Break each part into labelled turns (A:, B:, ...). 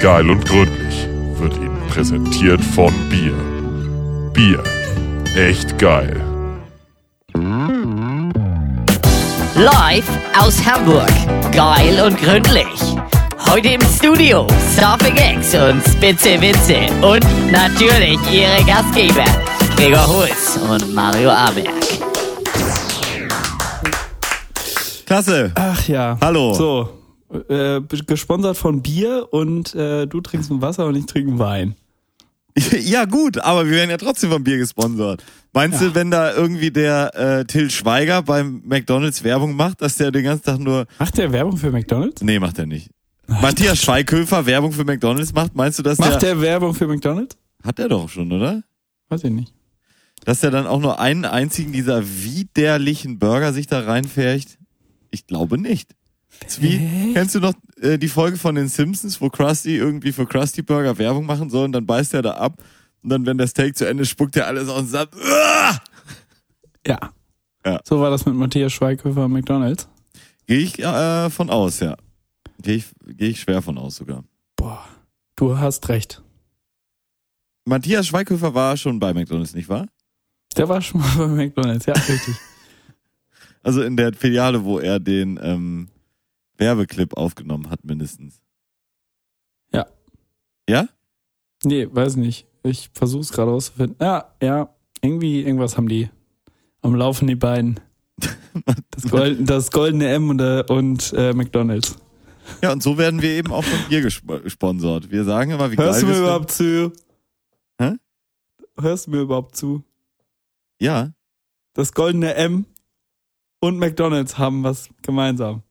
A: Geil und gründlich wird Ihnen präsentiert von Bier. Bier. Echt geil.
B: Live aus Hamburg. Geil und gründlich. Heute im Studio Surfing X und Spitze Witze und natürlich ihre Gastgeber Gregor Holz und Mario Aberg.
C: Klasse.
D: Ach ja.
C: Hallo.
D: So, äh, gesponsert von Bier und äh, du trinkst ein Wasser und ich trinke einen Wein.
C: Ja gut, aber wir werden ja trotzdem vom Bier gesponsert. Meinst du, wenn da irgendwie der äh, Till Schweiger beim McDonalds Werbung macht, dass der den ganzen Tag nur...
D: Macht der Werbung für McDonalds?
C: Nee, macht er nicht. Matthias Schweighöfer Werbung für McDonalds macht, meinst du, dass
D: Macht
C: der...
D: der Werbung für McDonalds?
C: Hat er doch schon, oder?
D: Weiß ich nicht.
C: Dass er dann auch nur einen einzigen dieser widerlichen Burger sich da reinfärcht? Ich glaube nicht. Das ist Wie,
D: Echt?
C: kennst du noch äh, die Folge von den Simpsons, wo Krusty irgendwie für Krusty Burger Werbung machen soll und dann beißt er da ab und dann, wenn der Steak zu Ende ist, spuckt er alles aus und sagt, Uah!
D: Ja.
C: Ja.
D: So war das mit Matthias Schweighöfer und McDonalds.
C: Gehe ich äh, von aus, ja. Gehe ich, geh ich schwer von aus sogar.
D: Boah, du hast recht.
C: Matthias Schweighöfer war schon bei McDonalds, nicht wahr?
D: Der war schon mal bei McDonalds, ja, richtig.
C: Also in der Filiale, wo er den ähm, Werbeclip aufgenommen hat, mindestens.
D: Ja.
C: Ja?
D: nee, weiß nicht. Ich versuch's gerade rauszufinden. Ja, ja, irgendwie, irgendwas haben die. Am Laufen die beiden. Das, Gold, das goldene M und, äh, und äh, McDonalds.
C: Ja, und so werden wir eben auch von Bier gesp- gesponsert. Wir sagen immer, wie geil
D: Hörst du mir
C: wir's-
D: überhaupt zu?
C: Hä?
D: Hörst du mir überhaupt zu?
C: Ja.
D: Das goldene M und McDonalds haben was gemeinsam.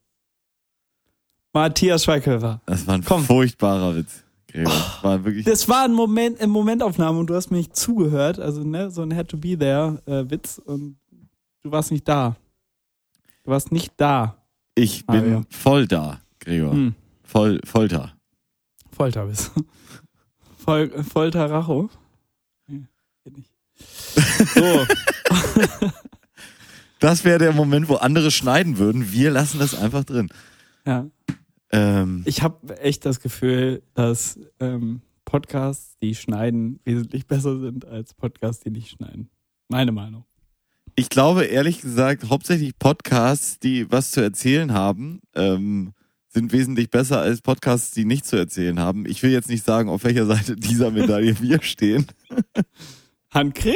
D: Matthias Schweighöfer.
C: Das war ein
D: Komm. Oh.
C: furchtbarer Witz. Gregor. Das war wirklich.
D: Das war ein Moment, eine Momentaufnahme und du hast mir nicht zugehört. Also, ne, so ein Had to be there äh, Witz und du warst nicht da. Du warst nicht da.
C: ich bin
D: Ah, ja.
C: voll da, Gregor.
D: Hm.
C: Voll, voll da.
D: Folter bist. Fol Folter Racho. Nee, geht nicht. So.
C: Das wäre der Moment, wo andere schneiden würden. Wir lassen das einfach drin.
D: ja.
C: Ähm,
D: Ich habe echt das Gefühl, dass ähm, Podcasts, die schneiden, wesentlich besser sind als Podcasts, die nicht schneiden. Meine Meinung.
C: Ich glaube ehrlich gesagt, hauptsächlich Podcasts, die was zu erzählen haben, ähm, sind wesentlich besser als Podcasts, die nicht zu erzählen haben. Ich will jetzt nicht sagen, auf welcher Seite dieser Medaille wir stehen.
D: Handcreme?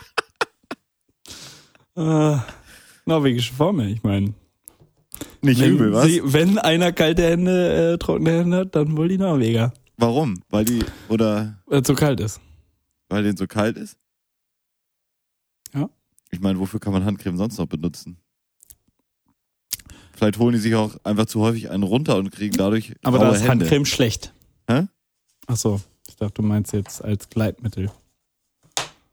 D: äh, norwegische Formel, ich meine.
C: Nicht
D: Wenn,
C: übel, was?
D: sie- wenn einer kalte Hände, äh, trockene Hände hat, dann wohl die Norweger.
C: Warum? Weil die oder
D: Weil es so kalt ist.
C: weil denen so kalt ist?
D: Ja.
C: Ich meine, wofür kann man Handcreme sonst noch benutzen? Vielleicht holen die sich auch einfach zu häufig einen runter und kriegen dadurch
D: Aber
C: raue
D: da ist
C: Hände.
D: Handcreme schlecht.
C: Hä?
D: Ach so, ich dachte, du meinst jetzt als Gleitmittel.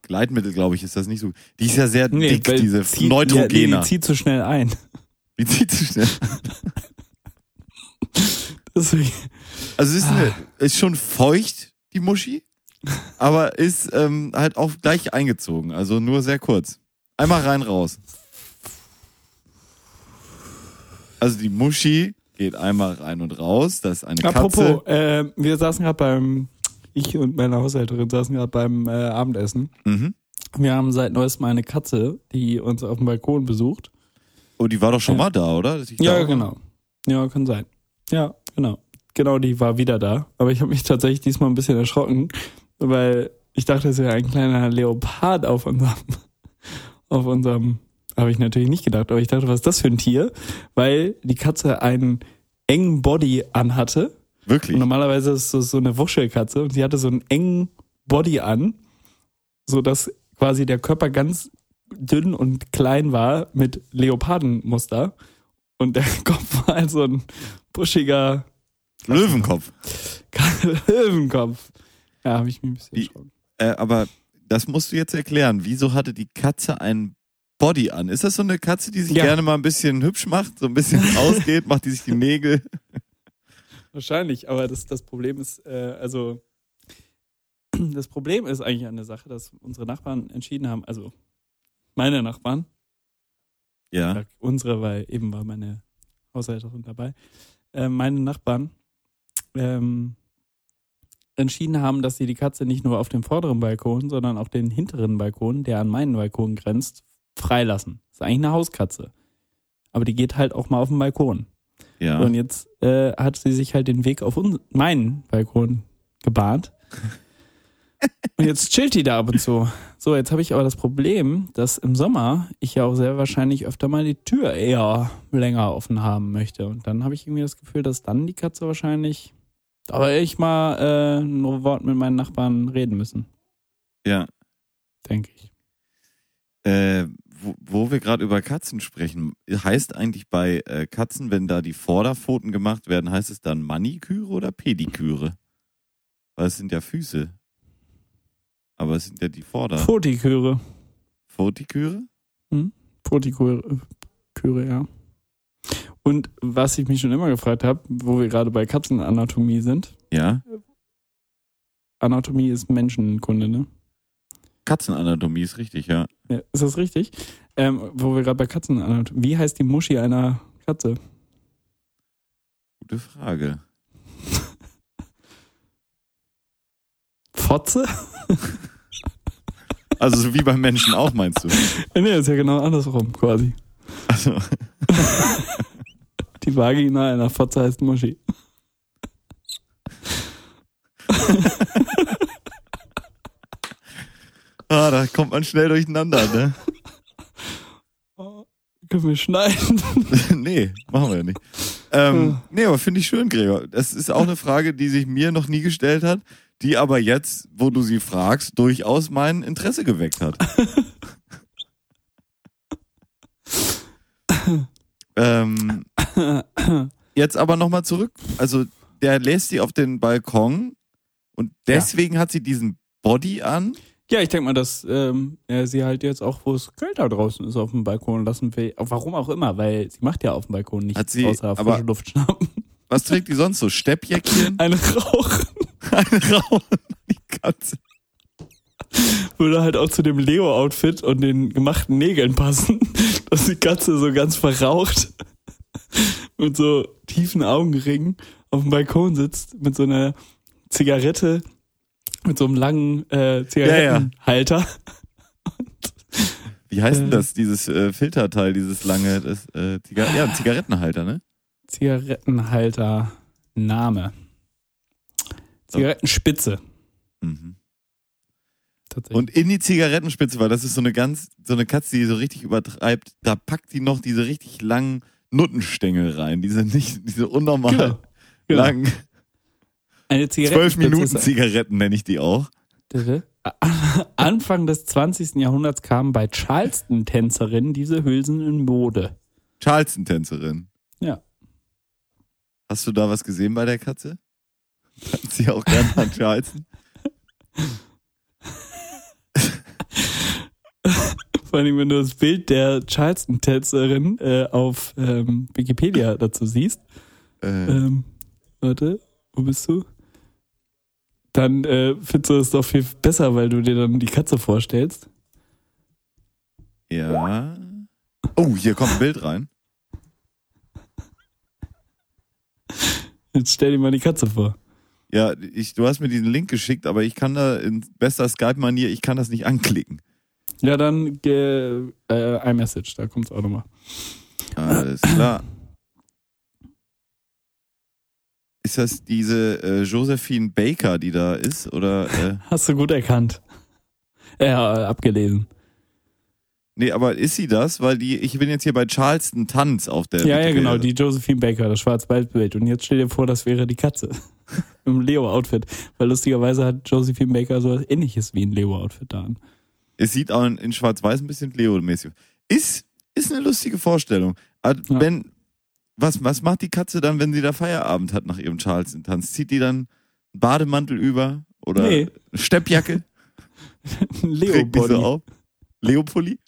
C: Gleitmittel, glaube ich, ist das nicht so. Die ist ja sehr dick,
D: weil
C: diese
D: zieht- Ja, nee,
C: Neutrogena.
D: die zieht zu schnell ein.
C: die zieht zu schnell.
D: Deswegen,
C: Also es ist, eine,
D: Ah.
C: ist schon feucht, die Muschi, aber ist ähm, halt auch gleich eingezogen, also nur sehr kurz. Einmal rein, raus. Also die Muschi geht einmal rein und raus, das ist eine Katze.
D: Apropos, äh, wir saßen gerade beim, ich und meine Haushälterin saßen gerade beim äh, Abendessen.
C: Mhm.
D: Wir haben seit neuestem eine Katze, die uns auf dem Balkon besucht.
C: Oh, die war doch schon mal da, oder? Dass ich da-
D: genau. Ja, kann sein. Ja, genau. Genau, die war wieder da. Aber ich habe mich tatsächlich diesmal ein bisschen erschrocken, weil ich dachte, es wäre ein kleiner Leopard auf unserem, auf unserem, habe ich natürlich nicht gedacht, aber ich dachte, was ist das für ein Tier? Weil die Katze einen engen Body anhatte.
C: Wirklich?
D: Und normalerweise ist das so eine Wuschelkatze und sie hatte so einen engen Body an, so dass quasi der Körper ganz dünn und klein war mit Leopardenmuster und der Kopf war halt so ein buschiger
C: Löwenkopf.
D: Löwenkopf. Ja, habe ich mir ein bisschen
C: Die-
D: erschrocken.
C: Äh, aber das musst du jetzt erklären. Wieso hatte die Katze einen Body an? Ist das so eine Katze, die sich
D: Ja.
C: gerne mal ein bisschen hübsch macht, so ein bisschen ausgeht, macht die sich die Nägel?
D: Wahrscheinlich, aber das, das Problem ist, äh, also das Problem ist eigentlich an der Sache, dass unsere Nachbarn entschieden haben, also meine Nachbarn,
C: Ja.
D: Sag unsere, weil eben war meine Haushälterin dabei. Äh, meine Nachbarn ähm, entschieden haben, dass sie die Katze nicht nur auf dem vorderen Balkon, sondern auch den hinteren Balkon, der an meinen Balkon grenzt, freilassen. Ist eigentlich eine Hauskatze. Aber die geht halt auch mal auf den Balkon.
C: Ja.
D: Und jetzt äh, hat sie sich halt den Weg auf uns, meinen Balkon gebahnt. und jetzt chillt die da ab und zu. So, jetzt habe ich aber das Problem, dass im Sommer ich ja auch sehr wahrscheinlich öfter mal die Tür eher länger offen haben möchte. Und dann habe ich irgendwie das Gefühl, dass dann die Katze wahrscheinlich. Aber ich mal äh, ein Wort mit meinen Nachbarn reden müssen,
C: ja.
D: denke ich.
C: Äh, wo, wo wir gerade über Katzen sprechen, heißt eigentlich bei äh, Katzen, wenn da die Vorderpfoten gemacht werden, heißt es dann Maniküre oder Pediküre? Weil es sind ja Füße. Aber es sind ja die Vorder.
D: Fotiküre.
C: Fotiküre?
D: Protiküre, ja. Und was ich mich schon immer gefragt habe, wo wir gerade bei Katzenanatomie sind.
C: Ja.
D: Anatomie ist Menschenkunde, ne?
C: Katzenanatomie ist richtig, ja.
D: Ja, ist das richtig? Ähm, wo wir gerade bei Katzenanatomie. Wie heißt die Muschi einer Katze?
C: Gute Frage.
D: Fotze?
C: Also so wie beim Menschen auch, meinst du?
D: nee, ist ja genau andersrum quasi.
C: Also,
D: Die Vagina einer Fotze heißt Muschi.
C: ah, da kommt man schnell durcheinander, ne?
D: Oh, Können wir schneiden?
C: nee, machen wir ja nicht. Ähm, nee, aber finde ich schön, Gregor. Das ist auch eine Frage, die sich mir noch nie gestellt hat, die aber jetzt, wo du sie fragst, durchaus mein Interesse geweckt hat. ähm, jetzt aber nochmal zurück. Also, der lässt sie auf den Balkon und deswegen hat sie diesen Body an.
D: Ja, ich denke mal, dass ähm, ja, sie halt jetzt auch, wo es kälter draußen ist, auf dem Balkon lassen will. Warum auch immer, weil sie macht ja auf dem Balkon nichts
C: Hat sie-
D: außer
C: aber-
D: frische Luft schnappen.
C: Was trägt die sonst so? Steppjäckchen?
D: Eine Rauch
C: Ein Raum. Die Katze.
D: würde halt auch zu dem Leo-Outfit und den gemachten Nägeln passen, dass die Katze so ganz verraucht mit so tiefen Augenringen auf dem Balkon sitzt mit so einer Zigarette, mit so einem langen äh, Zigarettenhalter.
C: Wie heißt denn
D: Äh.
C: das, dieses äh, Filterteil, dieses lange, das, äh, Ziga ja, ein Zigarettenhalter, ne?
D: Zigarettenhalter Name. Zigarettenspitze
C: Mhm.
D: tatsächlich.
C: Und in die Zigarettenspitze, weil das ist so eine ganz, so eine Katze, die so richtig übertreibt, da packt die noch diese richtig langen Nuttenstängel rein, diese nicht, diese unnormal
D: genau. genau.
C: langen
D: Eine Zigarettenspitze
C: zwölf Minuten
D: ist-
C: Zigaretten nenne ich die auch.
D: Anfang des 20. Jahrhunderts kamen bei Charleston-Tänzerinnen diese Hülsen in Mode.
C: Charleston-Tänzerin.
D: Ja.
C: Hast du da was gesehen bei der Katze? Tanzt sie auch gerne an Charleston?
D: Vor allem, wenn du das Bild der Charleston-Tänzerin äh, auf ähm, Wikipedia dazu siehst.
C: Äh,
D: Ähm, warte, wo bist du? Dann äh, findest du es doch viel besser, weil du dir dann die Katze vorstellst.
C: ja. Oh, hier kommt ein Bild rein.
D: Jetzt stell dir mal die Katze vor.
C: Ja, ich, du hast mir diesen Link geschickt, aber ich kann da in bester Skype-Manier, ich kann das nicht anklicken.
D: Ja, dann äh, äh, iMessage, da kommt's auch nochmal.
C: Alles klar. Ist das diese äh, Josephine Baker, die da ist? Oder äh,
D: Hast du gut erkannt. Ja, äh, abgelesen.
C: nee, aber ist sie das? Weil die, ich bin jetzt hier bei Charleston Tanz auf der.
D: Ja, ja,
C: Wikipedia.
D: genau, die Josephine Baker, das Schwarzwaldbild. Und jetzt stell dir vor, das wäre die Katze. Im Leo-Outfit. Weil lustigerweise hat Josephine Baker so was ähnliches wie ein Leo-Outfit da an.
C: Es sieht auch in, in Schwarz-Weiß ein bisschen Leo-mäßig. aus. Ist, ist eine lustige Vorstellung. Aber
D: Ja.
C: Wenn, was, was macht die Katze dann, wenn sie da Feierabend hat nach ihrem Charleston-Tanz? Zieht die dann einen Bademantel über oder
D: Nee.
C: eine Steppjacke? Trägt
D: Ein
C: die so
D: Leo-Body.
C: auf? Leopolli?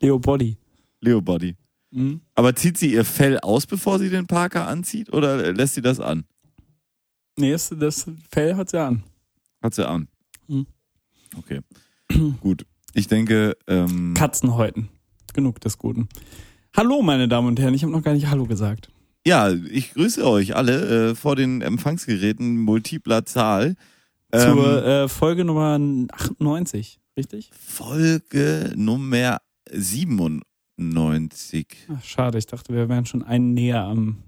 D: Leo-Body.
C: Leobody.
D: Mhm.
C: Aber zieht sie ihr Fell aus, bevor sie den Parker anzieht oder lässt sie das an?
D: Nee, das, das Fell hat sie an.
C: Hat sie an.
D: Mhm.
C: Okay. Gut. Ich denke, ähm,
D: Katzenhäuten. Genug des Guten. Hallo, meine Damen und Herren, ich habe noch gar nicht Hallo gesagt.
C: Ja, ich grüße euch alle äh, vor den Empfangsgeräten multipler Zahl. Ähm,
D: Zur äh, Folge Nummer 98, richtig?
C: Folge Nummer 97.
D: Ach, Ah, schade, ich dachte, wir wären schon einen näher am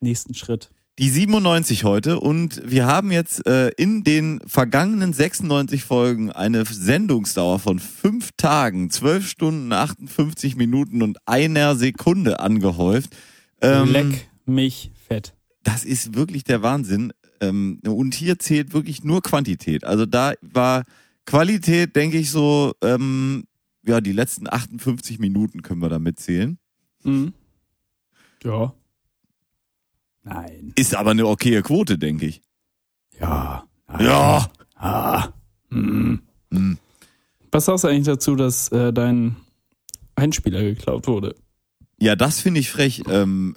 D: nächsten Schritt.
C: Die 97 heute und wir haben jetzt äh, in den vergangenen 96 Folgen eine Sendungsdauer von fünf Tagen, 12 Stunden, 58 Minuten und einer Sekunde angehäuft. Ähm,
D: Leck mich fett.
C: Das ist wirklich der Wahnsinn. Ähm, und hier zählt wirklich nur Quantität. Also da war Qualität, denke ich, so, ähm, ja, die letzten 58 Minuten können wir damit zählen.
D: Mhm. Ja. Nein.
C: Ist aber eine okaye Quote, denke ich.
D: Ja. Nein.
C: Ja.
D: Ah. Mhm.
C: Hm.
D: Was sagst du eigentlich dazu, dass äh, dein Einspieler geklaut wurde?
C: Ja, das finde ich frech. Ähm,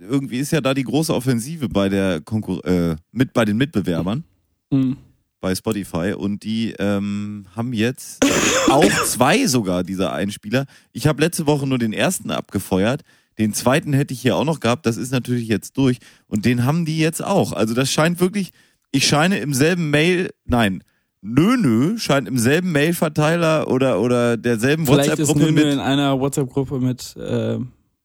C: irgendwie ist ja da die große Offensive bei der Konkur äh, mit bei den Mitbewerbern
D: Mhm.
C: bei Spotify und die ähm, haben jetzt auch zwei sogar dieser Einspieler. Ich habe letzte Woche nur den ersten abgefeuert. Den zweiten hätte ich hier auch noch gehabt. Das ist natürlich jetzt durch und den haben die jetzt auch. Also das scheint wirklich. Ich scheine im selben Mail, nein, nö nö scheint im selben Mailverteiler oder oder derselben
D: Vielleicht ist
C: WhatsApp-Gruppe
D: Nö
C: mit
D: in einer WhatsApp-Gruppe mit äh,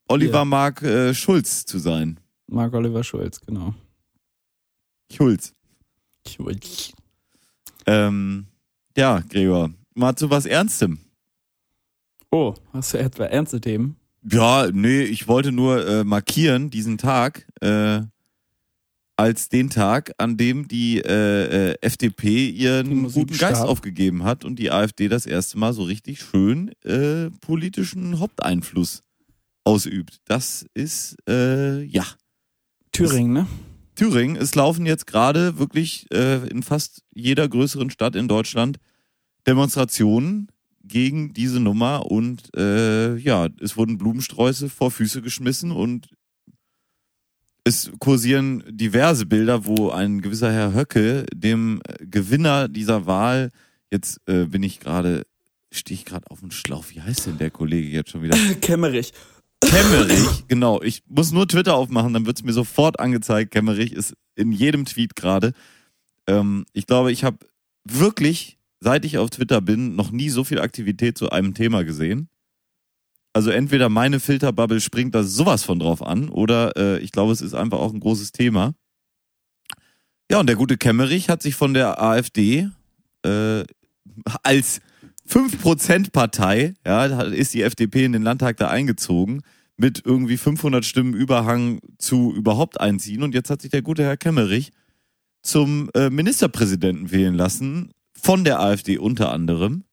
C: Oliver
D: Ja.
C: Mark äh, Schulz zu sein.
D: Mark Oliver Schulz, genau.
C: Schulz.
D: Ich wollte-
C: Ähm, ja, Gregor, mal zu was Ernstem.
D: Oh, hast du etwa ernste Themen?
C: Ja, nee, ich wollte nur äh, markieren diesen Tag äh, als den Tag, an dem die äh, äh, FDP
D: Die
C: ihren
D: Musik
C: guten Geist
D: starb.
C: aufgegeben hat und die AfD das erste Mal so richtig schön äh, politischen Haupteinfluss ausübt. Das ist, äh, ja.
D: Thüringen, ne?
C: Thüringen, es laufen jetzt gerade wirklich äh, in fast jeder größeren Stadt in Deutschland Demonstrationen gegen diese Nummer und äh, ja, es wurden Blumensträuße vor Füße geschmissen und es kursieren diverse Bilder, wo ein gewisser Herr Höcke, dem äh, Gewinner dieser Wahl, jetzt äh, bin ich gerade, stehe ich gerade auf dem Schlauch, wie heißt denn der Kollege jetzt schon wieder?
D: Kämmerich.
C: Kemmerich, genau. Ich muss nur Twitter aufmachen, dann wird's mir sofort angezeigt. Kemmerich ist in jedem Tweet gerade. Ähm, ich glaube, ich habe wirklich, seit ich auf Twitter bin, noch nie so viel Aktivität zu einem Thema gesehen. Also entweder meine Filterbubble springt da sowas von drauf an oder äh, ich glaube, es ist einfach auch ein großes Thema. Ja, und der gute Kemmerich hat sich von der AfD äh, als 5%-Partei, ja, da ist die FDP in den Landtag da eingezogen, mit irgendwie 500 Stimmen Überhang zu überhaupt einziehen. Und jetzt hat sich der gute Herr Kemmerich zum äh, Ministerpräsidenten wählen lassen, von der AfD unter anderem.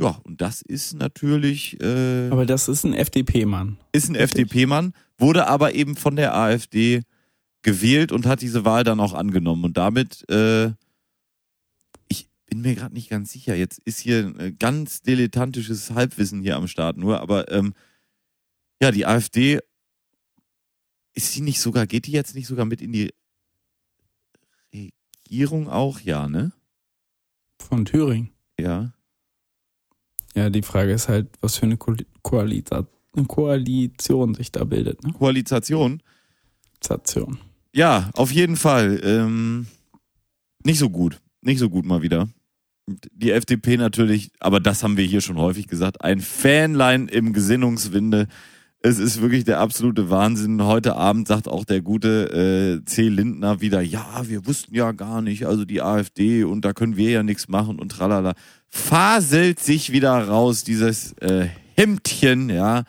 C: Ja, und das ist natürlich, äh,
D: Aber das ist ein FDP-Mann.
C: ist ein FDP-Mann, wurde aber eben von der AfD gewählt und hat diese Wahl dann auch angenommen. Und damit, äh, ich bin mir gerade nicht ganz sicher, jetzt ist hier ein äh, ganz dilettantisches Halbwissen hier am Start nur, aber ähm, ja, die AfD, ist die nicht sogar, geht die jetzt nicht sogar mit in die Regierung auch? Ja, ne?
D: Von Thüringen.
C: Ja.
D: Ja, die Frage ist halt, was für eine Ko Koalita- eine Koalition sich da bildet, ne?
C: Koalition.
D: Station.
C: Ja, auf jeden Fall. Ähm, nicht so gut. Nicht so gut mal wieder. Die FDP natürlich, aber das haben wir hier schon häufig gesagt, ein Fähnlein im Gesinnungswinde. Es ist wirklich der absolute Wahnsinn. Heute Abend sagt auch der gute äh, C. Lindner wieder, ja, wir wussten ja gar nicht, also die AfD und da können wir ja nichts machen und tralala. Faselt sich wieder raus, dieses äh, Hemdchen, ja.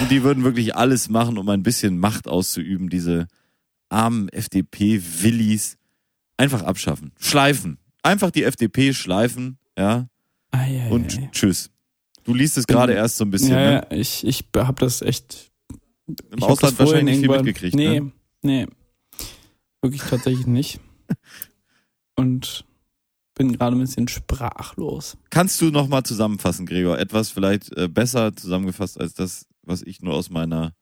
C: Und die würden wirklich alles machen, um ein bisschen Macht auszuüben, diese armen FDP-Willis einfach abschaffen. Schleifen. Einfach die FDP schleifen, ja,
D: Ah, ja,
C: und
D: ja, ja.
C: tschüss. Du liest es gerade erst so ein bisschen,
D: ja,
C: ne?
D: ja, ich, ich habe das echt.
C: Im
D: ich hab
C: Ausland
D: das vorhin
C: wahrscheinlich nicht viel
D: irgendwann-
C: mitgekriegt,
D: Nee,
C: ne?
D: nee. Wirklich tatsächlich nicht. Und bin gerade ein bisschen sprachlos.
C: Kannst du nochmal zusammenfassen, Gregor? Etwas vielleicht äh, besser zusammengefasst als das, was ich nur aus meiner.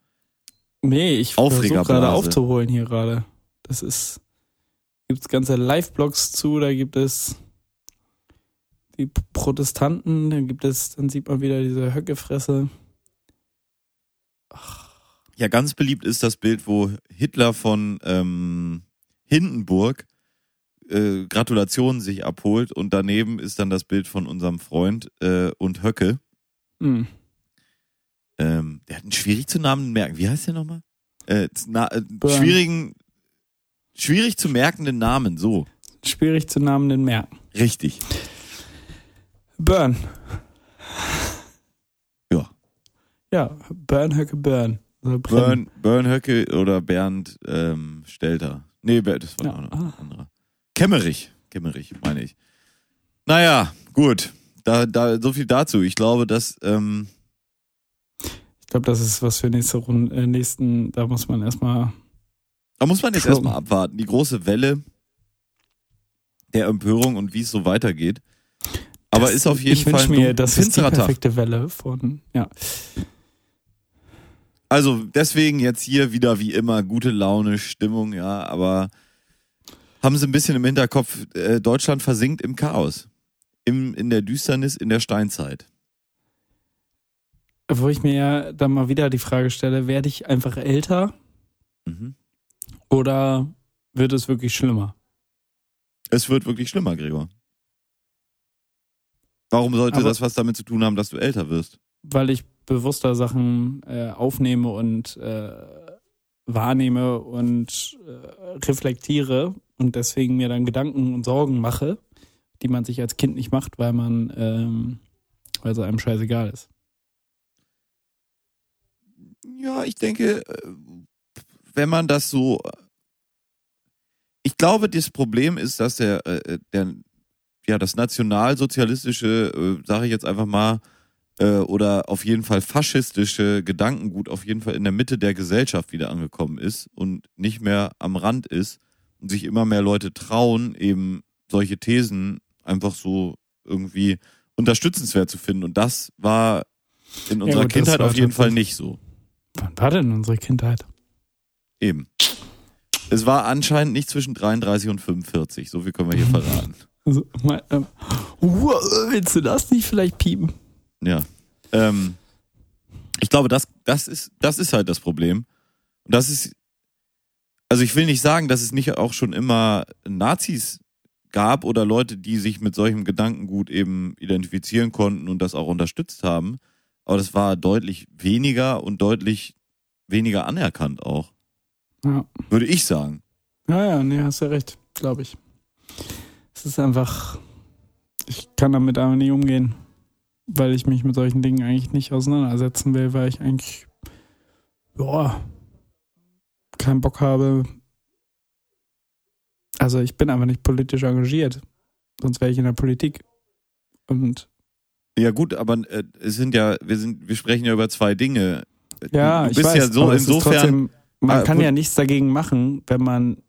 D: Nee, ich versuche gerade
C: Aufregerblase.
D: aufzuholen hier gerade. Das ist. Gibt's ganze Live-Blogs zu, da gibt es die P- Protestanten, dann gibt es, dann sieht man wieder diese Höckefresse.
C: Ja, ganz beliebt ist das Bild, wo Hitler von ähm, Hindenburg äh, Gratulationen sich abholt und daneben ist dann das Bild von unserem Freund äh, und Höcke.
D: Hm.
C: Ähm, der hat einen schwierig zu Namen merken. Wie heißt der nochmal? Äh, z- na, äh,
D: Böhm.
C: schwierigen, schwierig zu merkenden Namen, so.
D: Schwierig zu Namen den merken.
C: Richtig.
D: Burn.
C: Ja.
D: Ja, Burn, Höcke, Burn. Also brennen.
C: Bern, Bern Höcke oder Bernd ähm, Stelter. Nee, Ber- das war
D: Ja.
C: auch noch ein anderer. Kemmerich. Kemmerich, meine ich. Naja, gut. Da, da, so viel dazu. Ich glaube, dass. Ähm,
D: Ich glaube, das ist was für nächste Runde, äh, nächsten, da muss man erstmal.
C: Da muss man jetzt
D: Schlucken.
C: erstmal abwarten. Die große Welle der Empörung und wie es so weitergeht. Aber
D: Das-
C: ist auf jeden
D: ich
C: Fall
D: wünsch
C: ein
D: mir, das ist die
C: finsterer Tag.
D: perfekte Welle von, ja.
C: Also deswegen jetzt hier wieder wie immer gute Laune, Stimmung, ja, aber haben sie ein bisschen im Hinterkopf, äh, Deutschland versinkt im Chaos. Im, in der Düsternis, in der Steinzeit.
D: Wo ich mir ja dann mal wieder die Frage stelle, werde ich einfach älter
C: Mhm.
D: oder wird es wirklich schlimmer?
C: Es wird wirklich schlimmer, Gregor. Warum sollte
D: Aber-
C: das was damit zu tun haben, dass du älter wirst?
D: Weil ich bewusster Sachen äh, aufnehme und äh, wahrnehme und äh, reflektiere und deswegen mir dann Gedanken und Sorgen mache, die man sich als Kind nicht macht, weil man, ähm, weil es einem scheißegal ist.
C: Ja, ich denke, äh, wenn man das so. äh, Ich glaube, das Problem ist, dass der, äh, der ja, das nationalsozialistische, äh, sage ich jetzt einfach mal, äh, oder auf jeden Fall faschistische Gedankengut auf jeden Fall in der Mitte der Gesellschaft wieder angekommen ist und nicht mehr am Rand ist und sich immer mehr Leute trauen, eben solche Thesen einfach so irgendwie unterstützenswert zu finden. Und das war in unserer
D: gut, das
C: Kindheit
D: war
C: auf jeden Fall
D: tatsächlich-
C: nicht so.
D: Wann war denn unsere Kindheit?
C: Eben. Es war anscheinend nicht zwischen 33 und 45, so viel können wir hier verraten.
D: Also, mal, ähm, uah, willst du das nicht vielleicht piepen?
C: Ja. Ähm, ich glaube, das, das, ist, das ist halt das Problem. Und das ist, also ich will nicht sagen, dass es nicht auch schon immer Nazis gab oder Leute, die sich mit solchem Gedankengut eben identifizieren konnten und das auch unterstützt haben. Aber das war deutlich weniger und deutlich weniger anerkannt auch.
D: Ja.
C: Würde ich sagen.
D: Ja, ja, nee, hast ja recht, glaube ich. Es ist einfach, ich kann damit aber nicht umgehen, weil ich mich mit solchen Dingen eigentlich nicht auseinandersetzen will, weil ich eigentlich, ja, keinen Bock habe. Also ich bin einfach nicht politisch engagiert, sonst wäre ich in der Politik. Und
C: Ja gut, aber äh, es sind ja, wir sind, wir sprechen ja über zwei Dinge.
D: ja,
C: du
D: ich
C: bist
D: weiß,
C: ja so
D: aber es ist
C: insofern.
D: trotzdem, man
C: Ah,
D: kann
C: gut.
D: ja nichts dagegen machen, wenn man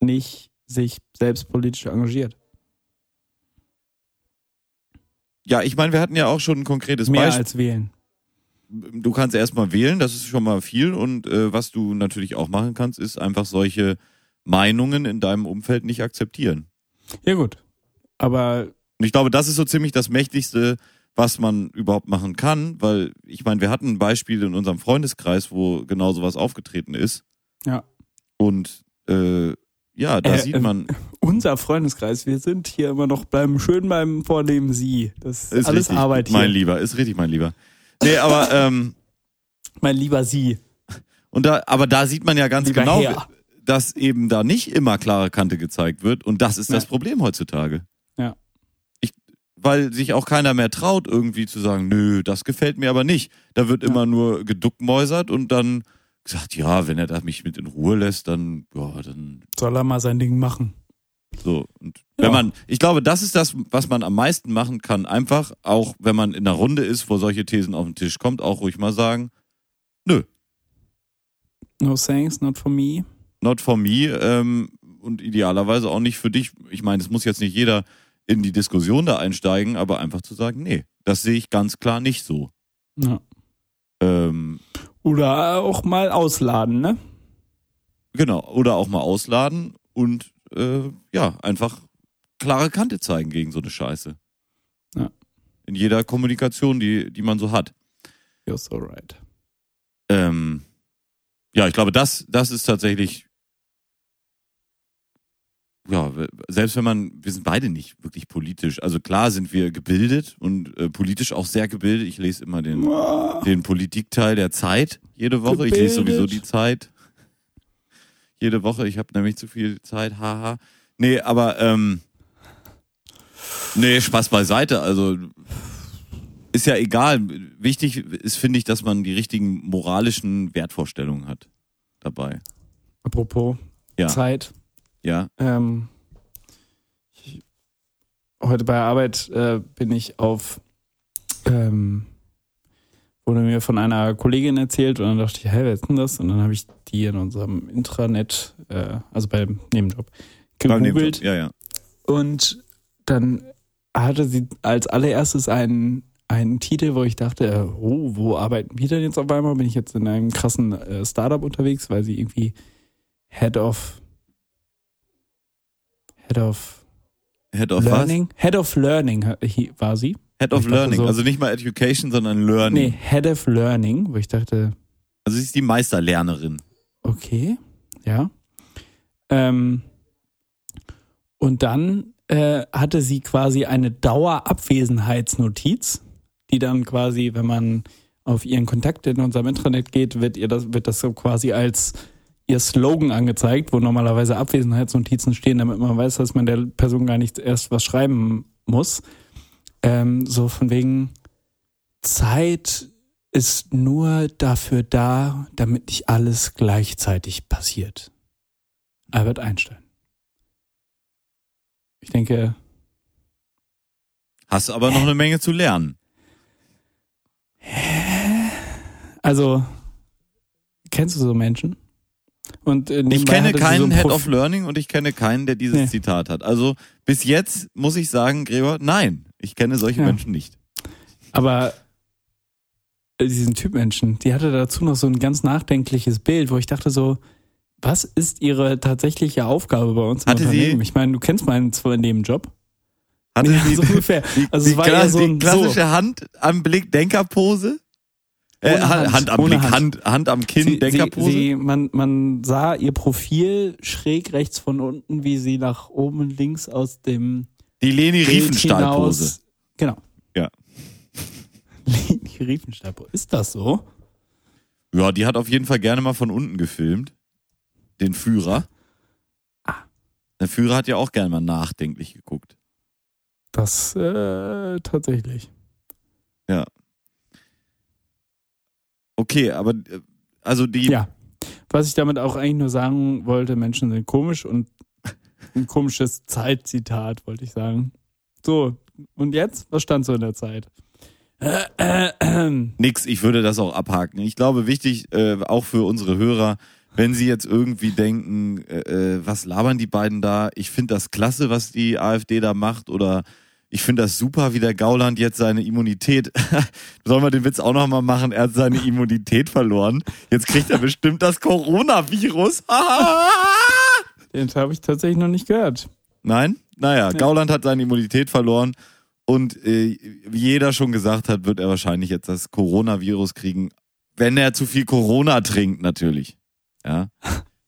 D: nicht sich selbst politisch engagiert.
C: Ja, ich meine, wir hatten ja auch schon ein konkretes
D: Mehr
C: Beispiel.
D: als wählen.
C: du kannst erstmal wählen, das ist schon mal viel. Und äh, was du natürlich auch machen kannst, ist einfach solche Meinungen in deinem Umfeld nicht akzeptieren.
D: Ja, gut. Aber
C: Und ich glaube, das ist so ziemlich das Mächtigste, was man überhaupt machen kann, weil ich meine, wir hatten Beispiele in unserem Freundeskreis, wo genau sowas aufgetreten ist.
D: Ja.
C: Und äh, ja, da
D: Äh, äh,
C: sieht man,
D: unser Freundeskreis, wir sind hier immer noch beim schön beim Vornehmen Sie. Das ist,
C: ist
D: alles
C: richtig,
D: Arbeit hier.
C: mein Lieber, ist richtig, mein Lieber. Nee, aber ähm,
D: Mein lieber Sie.
C: und da, aber da sieht man ja ganz
D: Lieber
C: genau,
D: Herr.
C: dass eben da nicht immer klare Kante gezeigt wird. Und das ist das
D: Ja.
C: Problem heutzutage.
D: Ja.
C: Ich, weil sich auch keiner mehr traut, irgendwie zu sagen, nö, das gefällt mir aber nicht. Da wird
D: Ja.
C: immer nur geduckmäusert und dann gesagt, ja, wenn er da mich mit in Ruhe lässt, dann, ja, dann
D: Soll er mal sein Ding machen.
C: so. Und
D: Ja.
C: wenn man, ich glaube, das ist das, was man am meisten machen kann. Einfach, auch wenn man in einer Runde ist, wo solche Thesen auf den Tisch kommt, auch ruhig mal sagen,
D: No thanks, not for me.
C: not for me ähm, und idealerweise auch nicht für dich. Ich meine, es muss jetzt nicht jeder in die Diskussion da einsteigen, aber einfach zu sagen, nee, das sehe ich ganz klar nicht so.
D: Ja.
C: Ähm,
D: Oder auch mal ausladen, ne?
C: genau, oder auch mal ausladen und äh, ja, einfach klare Kante zeigen gegen so eine Scheiße.
D: Ja.
C: In jeder Kommunikation, die, die man so hat.
D: You're so right.
C: Ähm, Ja, ich glaube, das, das ist tatsächlich. Ja, w- selbst wenn man, wir sind beide nicht wirklich politisch. Also klar sind wir gebildet und äh, politisch auch sehr gebildet. Ich lese immer den, den Politikteil der Zeit jede Woche. Ich lese sowieso
D: Gebildet.
C: die Zeit jede Woche. Ich habe nämlich zu viel Zeit, haha. Nee, aber ähm, nee, Spaß beiseite. Also ist ja egal. Wichtig ist, finde ich, dass man die richtigen moralischen Wertvorstellungen hat dabei.
D: Apropos
C: Ja.
D: Zeit.
C: Ja,
D: Ähm, ich, heute bei der Arbeit äh, bin ich auf, ähm, wurde mir von einer Kollegin erzählt und dann dachte ich, hä, wer ist denn das? Und dann habe ich die in unserem Intranet, äh, also beim Nebenjob,
C: Beim Nebenjob.
D: gegoogelt.
C: Ja, ja.
D: Und dann hatte sie als allererstes einen, einen Titel, wo ich dachte, oh, wo arbeiten wir denn jetzt auf einmal? Bin ich jetzt in einem krassen äh, Startup unterwegs, weil sie irgendwie Head of Head of
C: Head of
D: Learning? Head of Learning ha- hi- war sie.
C: was? Head of
D: Ich dachte
C: Learning.
D: so-
C: Also nicht mal Education, sondern Learning.
D: Nee, Head of Learning, wo ich dachte,
C: Also sie ist die Meisterlernerin.
D: okay, ja. Ähm, und dann äh, hatte sie quasi eine Dauerabwesenheitsnotiz, die dann quasi, wenn man auf ihren Kontakt in unserem Intranet geht, wird ihr das, wird das so quasi als ihr Slogan angezeigt, wo normalerweise Abwesenheitsnotizen stehen, damit man weiß, dass man der Person gar nicht erst was schreiben muss. Ähm, so von wegen Zeit ist nur dafür da, damit nicht alles gleichzeitig passiert. Albert Einstein. Ich denke,
C: Hast aber noch eine Menge zu lernen.
D: also kennst du so Menschen? Und äh,
C: Ich
D: nebenbei
C: kenne
D: hatte sie
C: keinen
D: so ein
C: Head
D: Prof-
C: of Learning und ich kenne keinen, der dieses
D: Nee.
C: Zitat hat. Also bis jetzt muss ich sagen, Gregor, nein, ich kenne solche
D: Ja.
C: Menschen nicht.
D: Aber äh, diesen Typmenschen, die hatte dazu noch so ein ganz nachdenkliches Bild, wo ich dachte so, was ist ihre tatsächliche Aufgabe bei uns im
C: Hatte sie-
D: Unternehmen? Ich meine, du kennst meinen zwar in dem Job.
C: Hatte
D: Ja,
C: die,
D: so ungefähr.
C: die,
D: Also es
C: die,
D: war eher
C: Kla-
D: so
C: die
D: ein-
C: klassische Hand am Blick, Denkerpose? Äh,
D: Ohne
C: Hand,
D: Hand,
C: Hand am
D: ohne
C: Blick,
D: Hand.
C: Hand. Hand, am Kinn,
D: Sie, sie,
C: Denkerpose?
D: sie, man, man sah ihr Profil schräg rechts von unten, wie sie nach oben und links aus dem
C: die Leni
D: Bild
C: Riefenstahl-Pose.
D: hinaus- Genau.
C: Ja.
D: Die Riefenstahlpose. Ist das so?
C: Ja, die hat auf jeden Fall gerne mal von unten gefilmt. Den Führer.
D: Ah.
C: Der Führer hat ja auch gerne mal nachdenklich geguckt.
D: Das äh, tatsächlich.
C: Okay, aber äh, also die
D: Ja. Was ich damit auch eigentlich nur sagen wollte, Menschen sind komisch und ein komisches Zeitzitat, wollte ich sagen. So, und jetzt? Was stand so in der Zeit? Äh, äh, ähm.
C: Nix, ich würde das auch abhaken. Ich glaube, wichtig, äh, auch für unsere Hörer, wenn sie jetzt irgendwie denken, äh, äh, was labern die beiden da? Ich finde das klasse, was die AfD da macht oder ich finde das super, wie der Gauland jetzt seine Immunität, sollen wir den Witz auch nochmal machen, er hat seine Immunität verloren. Jetzt kriegt er bestimmt das Coronavirus.
D: Den habe ich tatsächlich noch nicht gehört.
C: Nein? Naja, Gauland hat seine Immunität verloren und äh, wie jeder schon gesagt hat, wird er wahrscheinlich jetzt das Coronavirus kriegen, wenn er zu viel Corona trinkt, natürlich. Ja.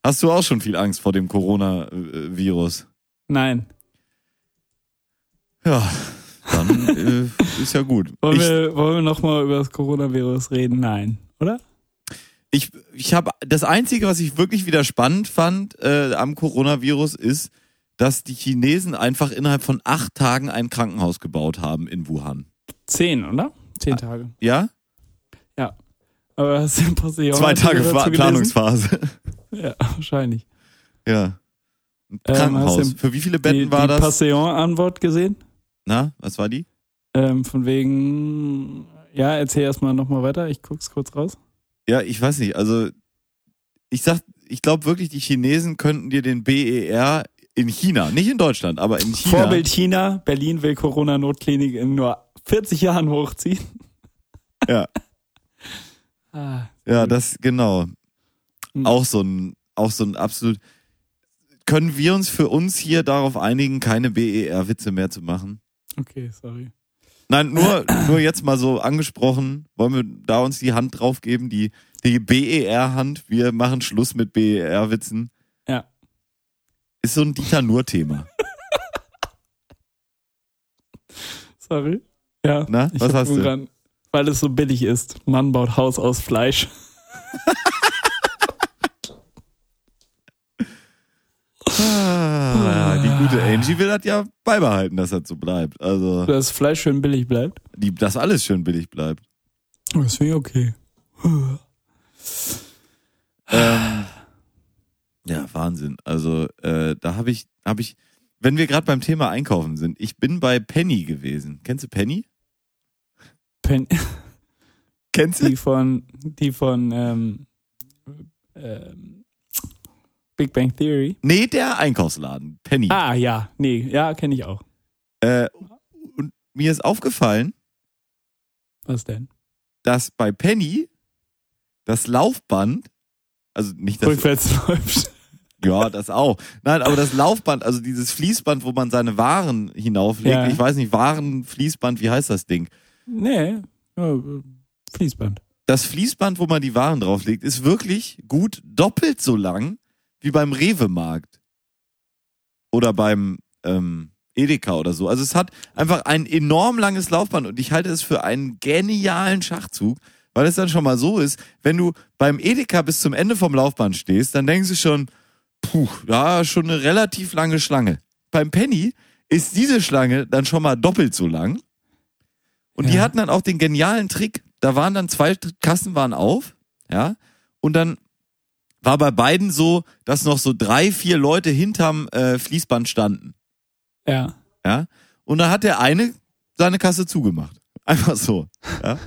C: Hast du auch schon viel Angst vor dem Coronavirus?
D: Nein.
C: Ja, dann äh, ist ja gut.
D: Wollen
C: Ich,
D: wir, wollen wir nochmal über das Coronavirus reden? Nein, oder?
C: ich, ich habe das Einzige, was ich wirklich wieder spannend fand äh, am Coronavirus, ist, dass die Chinesen einfach innerhalb von acht Tagen ein Krankenhaus gebaut haben in Wuhan.
D: Zehn, oder? Zehn Tage.
C: Ja?
D: Aber das ist impossible.
C: Zwei Tage Fa- Planungsphase.
D: Ja, wahrscheinlich.
C: Ja. Ein
D: Ähm,
C: Krankenhaus.
D: hast du
C: Für wie viele Betten
D: Die, die
C: war das?
D: Passion-Antwort gesehen?
C: Na, was war die?
D: Ähm, von wegen, ja, erzähl erstmal nochmal weiter, ich guck's kurz raus.
C: Ja, ich weiß nicht. Also, ich sag, ich glaube wirklich, die Chinesen könnten dir den BER in China, nicht in Deutschland, aber in China.
D: Vorbild China, Berlin will Corona-Notklinik in nur 40 Jahren hochziehen.
C: Ja.
D: Ah,
C: Ja, das, genau.
D: Mhm.
C: Auch so ein, auch so ein absolut. Können wir uns für uns hier darauf einigen, keine BER-Witze mehr zu machen?
D: okay, sorry.
C: Nein, nur, nur jetzt mal so angesprochen. Wollen wir da uns die Hand drauf geben? Die, Die BER-Hand, wir machen Schluss mit BER-Witzen.
D: Ja.
C: Ist so ein Dieter Nur-Thema.
D: Sorry. Ja.
C: Na,
D: Ich
C: was
D: hab
C: hast
D: nur
C: du?
D: grad- weil es so billig ist. Mann baut Haus aus Fleisch.
C: Ah, die gute Angie will das ja beibehalten, dass das so bleibt. Also,
D: Dass Fleisch schön billig bleibt.
C: die, dass alles schön billig bleibt.
D: Oh, Das finde ich okay.
C: Ähm, ja, Wahnsinn. Also äh, da habe ich, habe ich, wenn wir gerade beim Thema Einkaufen sind, ich bin bei Penny gewesen. Kennst du Penny?
D: Pen
C: Kennst
D: die von, die von ähm, ähm, Big Bang Theory.
C: Nee, der Einkaufsladen. Penny.
D: Ah, ja. Nee, ja, kenne ich auch.
C: Äh, und mir ist aufgefallen,
D: Was denn?
C: dass bei Penny das Laufband, also nicht das,
D: Rückwärts läuft.
C: ja, das auch. Nein, aber das Laufband, also dieses Fließband, wo man seine Waren hinauflegt,
D: Ja.
C: ich weiß nicht, Warenfließband, wie heißt das Ding?
D: Nee, ja, Fließband.
C: das Fließband, wo man die Waren drauflegt, ist wirklich gut doppelt so lang wie beim Rewe-Markt. Oder beim ähm, Edeka oder so. Also es hat einfach ein enorm langes Laufband und ich halte es für einen genialen Schachzug, weil es dann schon mal so ist, wenn du beim Edeka bis zum Ende vom Laufband stehst, dann denkst du schon, puh, ja, schon eine relativ lange Schlange. Beim Penny ist diese Schlange dann schon mal doppelt so lang. Und die
D: Ja.
C: hatten dann auch den genialen Trick. Da waren dann zwei Kassen waren auf, ja. Und dann war bei beiden so, dass noch so drei, vier Leute hinterm äh, Fließband standen.
D: Ja.
C: Ja? Und dann hat der eine seine Kasse zugemacht. Einfach so. Ja?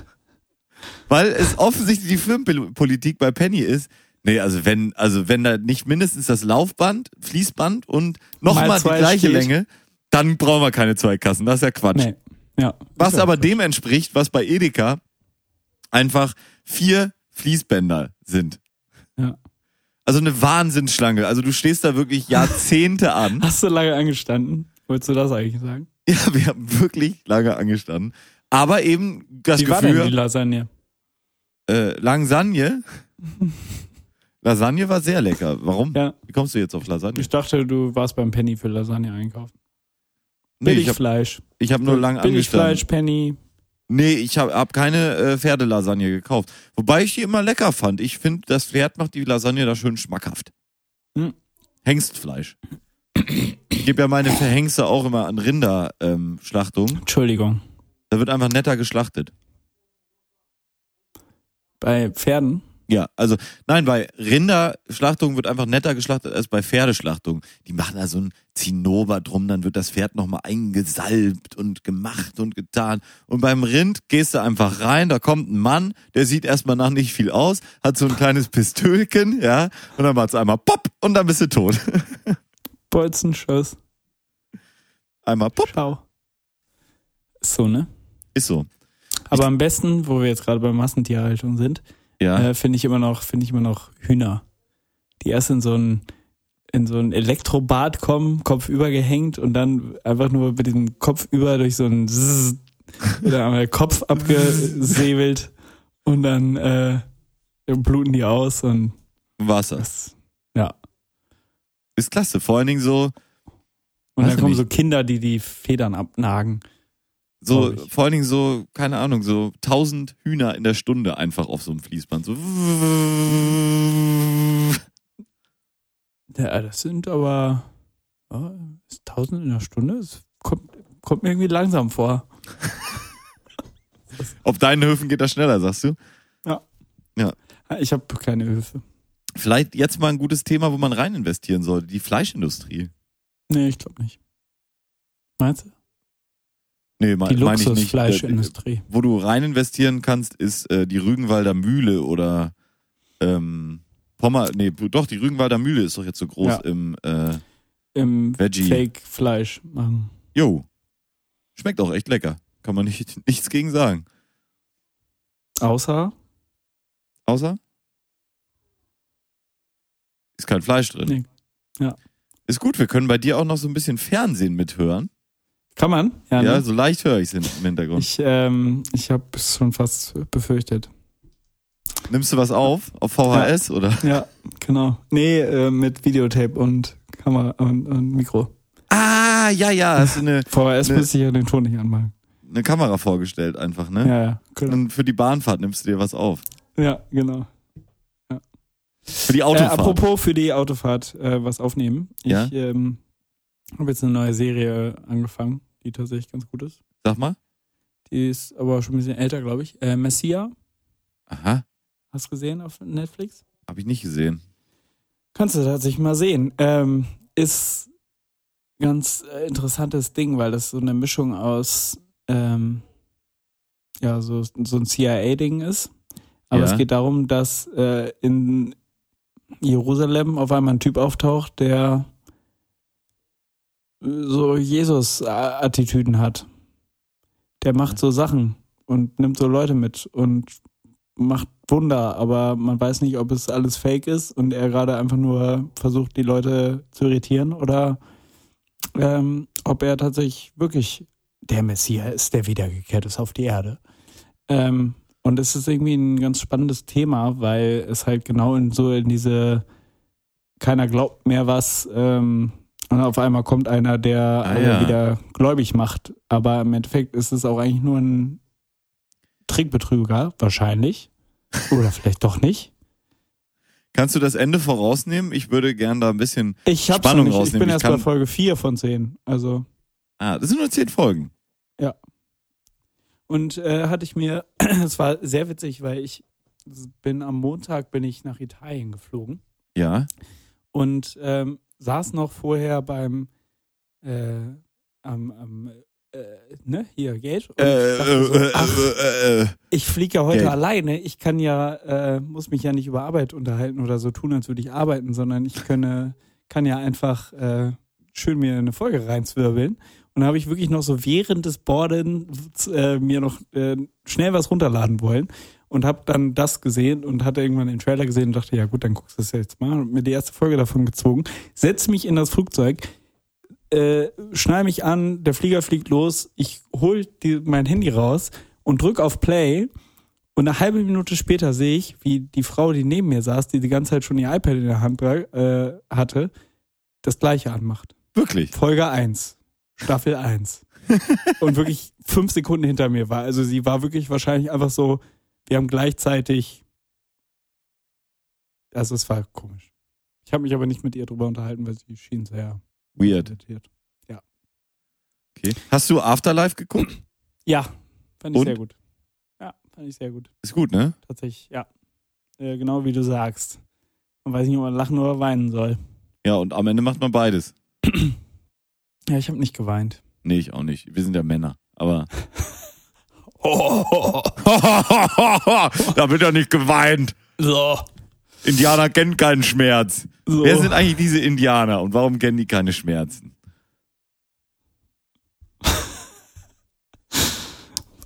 C: Weil es offensichtlich die Firmenpolitik bei Penny ist. Nee, also wenn, also wenn da nicht mindestens das Laufband, Fließband und
D: Mal
C: nochmal die
D: zwei
C: gleiche
D: steht.
C: Länge, dann brauchen wir keine zwei Kassen. Das ist ja Quatsch.
D: Nee. Ja.
C: Was
D: Ja.
C: aber dem entspricht, was bei Edeka einfach vier Fließbänder sind.
D: Ja.
C: Also eine Wahnsinnsschlange. Also du stehst da wirklich Jahrzehnte an.
D: Hast du lange angestanden? Wolltest du das eigentlich sagen?
C: Ja, wir haben wirklich lange angestanden. Aber eben das
D: Wie war denn die
C: Gefühl,
D: Lasagne?
C: äh, Lasagne. Lasagne war sehr lecker. Warum?
D: Ja.
C: Wie kommst du jetzt auf Lasagne?
D: Ich dachte, du warst beim Penny für Lasagne einkaufen.
C: Nee, ich habe
D: Billigfleisch.
C: ich hab nur lange angestanden.
D: Billigfleisch, Penny.
C: Nee, ich habe hab keine äh, Pferdelasagne gekauft. Wobei ich die immer lecker fand. Ich finde, das Pferd macht die Lasagne da schön schmackhaft.
D: Hm.
C: Hengstfleisch. Ich gebe ja meine Verhengste auch immer an Rinderschlachtung. Ähm,
D: Entschuldigung.
C: da wird einfach netter geschlachtet.
D: Bei Pferden?
C: Ja, also nein, bei Rinderschlachtung wird einfach netter geschlachtet als bei Pferdeschlachtung. Die machen da so ein Zinnober drum, dann wird das Pferd nochmal eingesalbt und gemacht und getan. Und beim Rind gehst du einfach rein, da kommt ein Mann, der sieht erstmal nach nicht viel aus, hat so ein kleines Pistölchen, ja, und dann macht's einmal pop und dann bist du tot.
D: Bolzenschuss.
C: Einmal pop,
D: Schau. Ist so, ne?
C: ist so.
D: Aber am besten, wo wir jetzt gerade bei Massentierhaltung sind,
C: Ja.
D: äh, finde ich immer noch, finde ich immer noch Hühner. Die erst in so ein, in so ein Elektrobad kommen, Kopf übergehängt und dann einfach nur mit diesem Kopf über durch so ein Zzz, oder einmal der Kopf abgesäbelt und dann äh, bluten die aus und
C: Wasser.
D: das, ja.
C: Ist klasse. Vor allen Dingen so,
D: Und
C: Weiß
D: dann kommen
C: nicht.
D: so Kinder, die die Federn abnagen.
C: so,
D: Glaub ich.
C: vor allen Dingen so, keine Ahnung, so tausend Hühner in der Stunde einfach auf so einem Fließband. So.
D: Ja, das sind aber ja, ist 1000 in der Stunde. Das kommt, kommt mir irgendwie langsam vor.
C: Auf deinen Höfen geht das schneller, sagst du?
D: Ah, Ich habe keine Hilfe.
C: Vielleicht jetzt mal ein gutes Thema, wo man rein investieren sollte, die Fleischindustrie.
D: Nee, ich glaube nicht. Meinst du?
C: Nee, mein,
D: Die
C: meine ich nicht. Äh,
D: Luxusfleischindustrie.
C: Wo du rein investieren kannst, ist äh, die Rügenwalder Mühle oder ähm, Pommer, nee, doch, die Rügenwalder Mühle ist doch jetzt so groß
D: Ja.
C: im äh,
D: Im
C: Veggie.
D: Fake-Fleisch machen.
C: Jo. Schmeckt auch echt lecker. Kann man nicht, nichts gegen sagen.
D: Außer?
C: Außer? Ist kein Fleisch drin.
D: Nee. Ja.
C: Ist gut, wir können bei dir auch noch so ein bisschen Fernsehen mithören.
D: Kann man?
C: Ja,
D: ne?
C: so leicht höre ich es im Hintergrund.
D: Ich, ähm, ich habe es schon fast befürchtet.
C: Nimmst du was auf? Auf VHS oder?
D: Ja, genau. Nee, äh, mit Videotape und Kamera und, und Mikro.
C: Ah, ja, ja. Hast du eine,
D: VHS
C: Nee.
D: müsste ich ja den Ton nicht anmachen.
C: eine Kamera vorgestellt einfach, ne?
D: Ja, ja, genau.
C: Und für die Bahnfahrt nimmst du dir was auf.
D: Ja, genau.
C: Für die
D: Äh,
C: Autofahrt.
D: apropos für die Autofahrt äh, was aufnehmen. Ich
C: Ja?
D: ähm, habe jetzt eine neue Serie äh, angefangen, die tatsächlich ganz gut ist.
C: Sag mal.
D: Die ist aber schon ein bisschen älter, glaube ich. Äh, Messia,
C: Aha,
D: hast du gesehen auf Netflix?
C: habe ich nicht gesehen.
D: Kannst du tatsächlich mal sehen. Ähm, ist ganz äh, interessantes Ding, weil das so eine Mischung aus ähm, ja, so, so ein CIA-Ding ist. Aber
C: Ja.
D: es geht darum, dass äh, in Jerusalem auf einmal ein Typ auftaucht, der so Jesus-Attitüden hat. Der macht so Sachen und nimmt so Leute mit und macht Wunder, aber man weiß nicht, ob es alles fake ist und er gerade einfach nur versucht, die Leute zu irritieren oder ähm, ob er tatsächlich wirklich der Messias ist, der wiedergekehrt ist auf die Erde. Ähm, und es ist irgendwie ein ganz spannendes Thema, weil es halt genau in so in diese keiner glaubt mehr was ähm, und auf einmal kommt einer, der alle
C: Ah, ja.
D: wieder gläubig macht. Aber im Endeffekt ist es auch eigentlich nur ein Trickbetrüger, wahrscheinlich. Oder vielleicht doch nicht.
C: Kannst du das Ende vorausnehmen? Ich würde gern da ein bisschen.
D: Ich hab's
C: Spannung
D: noch nicht. Ich
C: rausnehmen.
D: bin
C: Ich
D: erst
C: kann-
D: bei Folge 4 von 10. Also.
C: Ah, das sind nur zehn Folgen.
D: Und äh, hatte ich mir, es war sehr witzig, weil ich bin am Montag bin ich nach Italien geflogen
C: Ja.
D: und ähm, saß noch vorher beim äh, am, am äh, ne, hier, Gate. Und
C: Äh,
D: dachte so,
C: äh,
D: ach,
C: äh, äh, äh,
D: ich fliege ja heute
C: Geld.
D: alleine. Ich kann ja, äh, muss mich ja nicht über Arbeit unterhalten oder so tun, als würde ich arbeiten, sondern ich könne, kann ja einfach äh, schön mir eine Folge reinzwirbeln. Und da habe ich wirklich noch so während des Boardens äh, mir noch äh, schnell was runterladen wollen und habe dann das gesehen und hatte irgendwann den Trailer gesehen und dachte, ja gut, dann guckst du das jetzt mal. Und mir die erste Folge davon gezogen. Setz mich in das Flugzeug, äh, schnall mich an, der Flieger fliegt los, ich hol die, mein Handy raus und drück auf Play und eine halbe Minute später sehe ich, wie die Frau, die neben mir saß, die die ganze Zeit schon ihr iPad in der Hand äh, hatte, das gleiche anmacht.
C: Wirklich.
D: Folge 1, Staffel 1. Und wirklich fünf Sekunden hinter mir war. Also sie war wirklich wahrscheinlich einfach so, wir haben gleichzeitig. Also es war komisch. Ich habe mich aber nicht mit ihr drüber unterhalten, weil sie schien sehr
C: Weird.
D: irritiert.
C: Okay. Hast du Afterlife geguckt?
D: Ja, fand ich
C: Und?
D: sehr gut. Ja, fand ich sehr gut.
C: Ist gut, ne?
D: Tatsächlich, ja. Äh, genau wie du sagst. Man weiß nicht, ob man lachen oder weinen soll.
C: Ja, und am Ende macht man beides.
D: Ja, ich habe nicht geweint.
C: Nee, ich auch nicht. Wir sind ja Männer. Aber.
D: Oh,
C: da wird ja nicht geweint.
D: So.
C: Indianer kennen keinen Schmerz.
D: so.
C: Wer sind eigentlich diese Indianer und warum kennen die keine Schmerzen?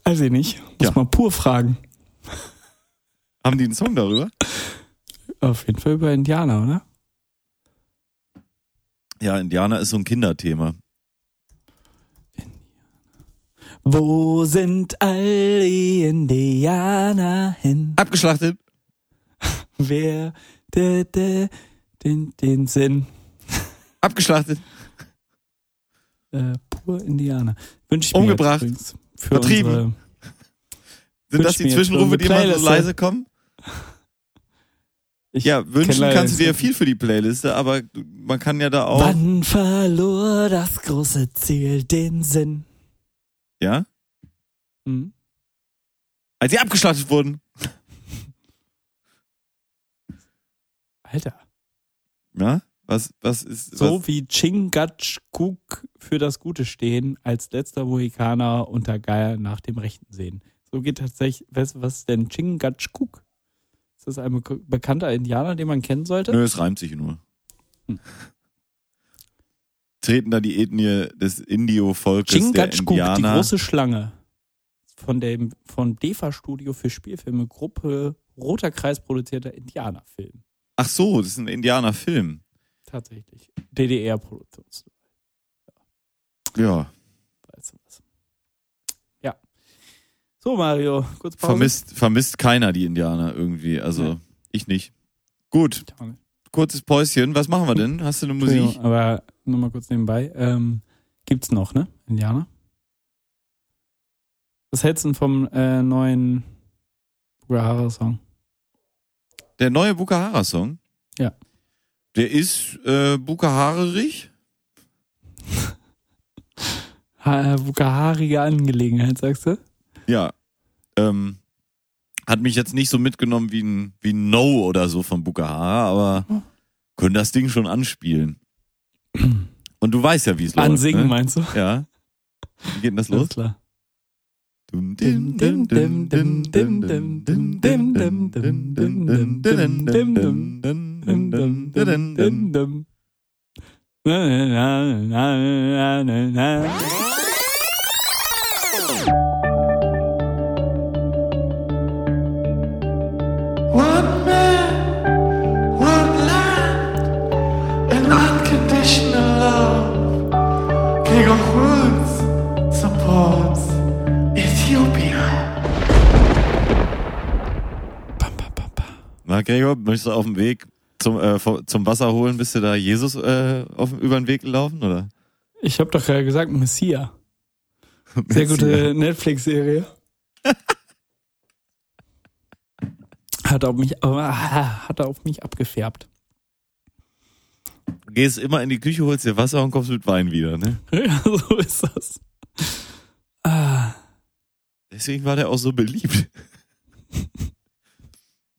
D: Weiß ich nicht. Muss
C: Ja.
D: mal pur fragen.
C: Haben die einen Song darüber?
D: Auf jeden Fall über Indianer, oder?
C: Ja, Indianer ist so ein Kinderthema.
D: Wo sind all die Indianer hin?
C: Abgeschlachtet.
D: Wer de, de, den, den Sinn?
C: Abgeschlachtet.
D: Äh, pur Indianer. Wünsch ich mir
C: Umgebracht.
D: jetzt übrigens für
C: Vertrieben.
D: unsere-
C: Sind
D: Wünsch
C: das die
D: mir jetzt
C: Zwischenrufe, die immer so
D: Playliste.
C: leise kommen?
D: Ich
C: Ja, wünschen
D: kenn leider
C: kannst du dir ja
D: jetzt-
C: viel für die Playliste, aber du- man kann ja da auch.
D: Wann verlor das große Ziel den Sinn?
C: Ja?
D: Hm?
C: Als sie abgeschlachtet wurden.
D: Alter.
C: Ja? Was, was ist.
D: So
C: Was?
D: wie Chingachgook für das Gute stehen, als letzter Mohikaner unter Geier nach dem Rechten sehen. So geht tatsächlich, weißt du, was ist denn Chingachgook? Ist das ein bek- bekannter Indianer, den man kennen sollte?
C: Nö, es reimt sich nur.
D: Hm.
C: Treten da die Ethnie des Indio-Volkes der
D: Chingachgook, die
C: Indianer.
D: große Schlange. Von dem von DEFA Studio für Spielfilme Gruppe Roter Kreis produzierter Indianerfilm.
C: Ach so, das ist ein Indianerfilm.
D: Tatsächlich. DDR-Produktion.
C: Ja.
D: Weißt du was? Ja. So, Mario, kurz Pause.
C: Vermisst, vermisst keiner die Indianer irgendwie. Also
D: Nee.
C: ich nicht. Gut,
D: Ich auch nicht.
C: kurzes Päuschen. Was machen wir denn? Hast du eine Musik?
D: Entschuldigung, Aber nur mal kurz nebenbei. Ähm, gibt's noch, ne? Indianer? Was hältst du denn vom äh, neuen Bugahara-Song?
C: Der neue Bukahara-Song.
D: Ja.
C: Der ist äh, Bukaharerig.
D: Ha- Bugaharige Angelegenheit, sagst du?
C: Ja. Ähm, hat mich jetzt nicht so mitgenommen wie ein, wie ein No oder so von Bukahara, aber
D: Hm.
C: können das Ding schon anspielen. Und du weißt ja, wie es läuft.
D: Ansingen,
C: ne?
D: meinst du?
C: Ja. Wie geht denn das los?
D: Alles klar.
C: Dum, dim, dim, dim, dim, dim, dim, dim, dim, dim, dim, dim, dim, dim, dim, dim,
D: Na,
C: dim, dim, dim, dim.
D: na, na, na, na, na, na.
E: One man, one land, and unconditional love. King of Rules supports Ethiopia.
D: Bam, bam, bam, bam.
C: Na, Gregor, möchtest du auf dem Weg zum, äh, vor- zum Wasser holen, bist du da Jesus äh, auf, über den Weg gelaufen, oder?
D: Ich habe doch gerade gesagt, Messia. Sehr gute Netflix-Serie. hat, auf mich, ah, hat auf mich abgefärbt.
C: Du gehst immer in die Küche, holst dir Wasser und kommst mit Wein wieder, ne?
D: Ja, so ist das. Ah,
C: Deswegen war der auch so beliebt.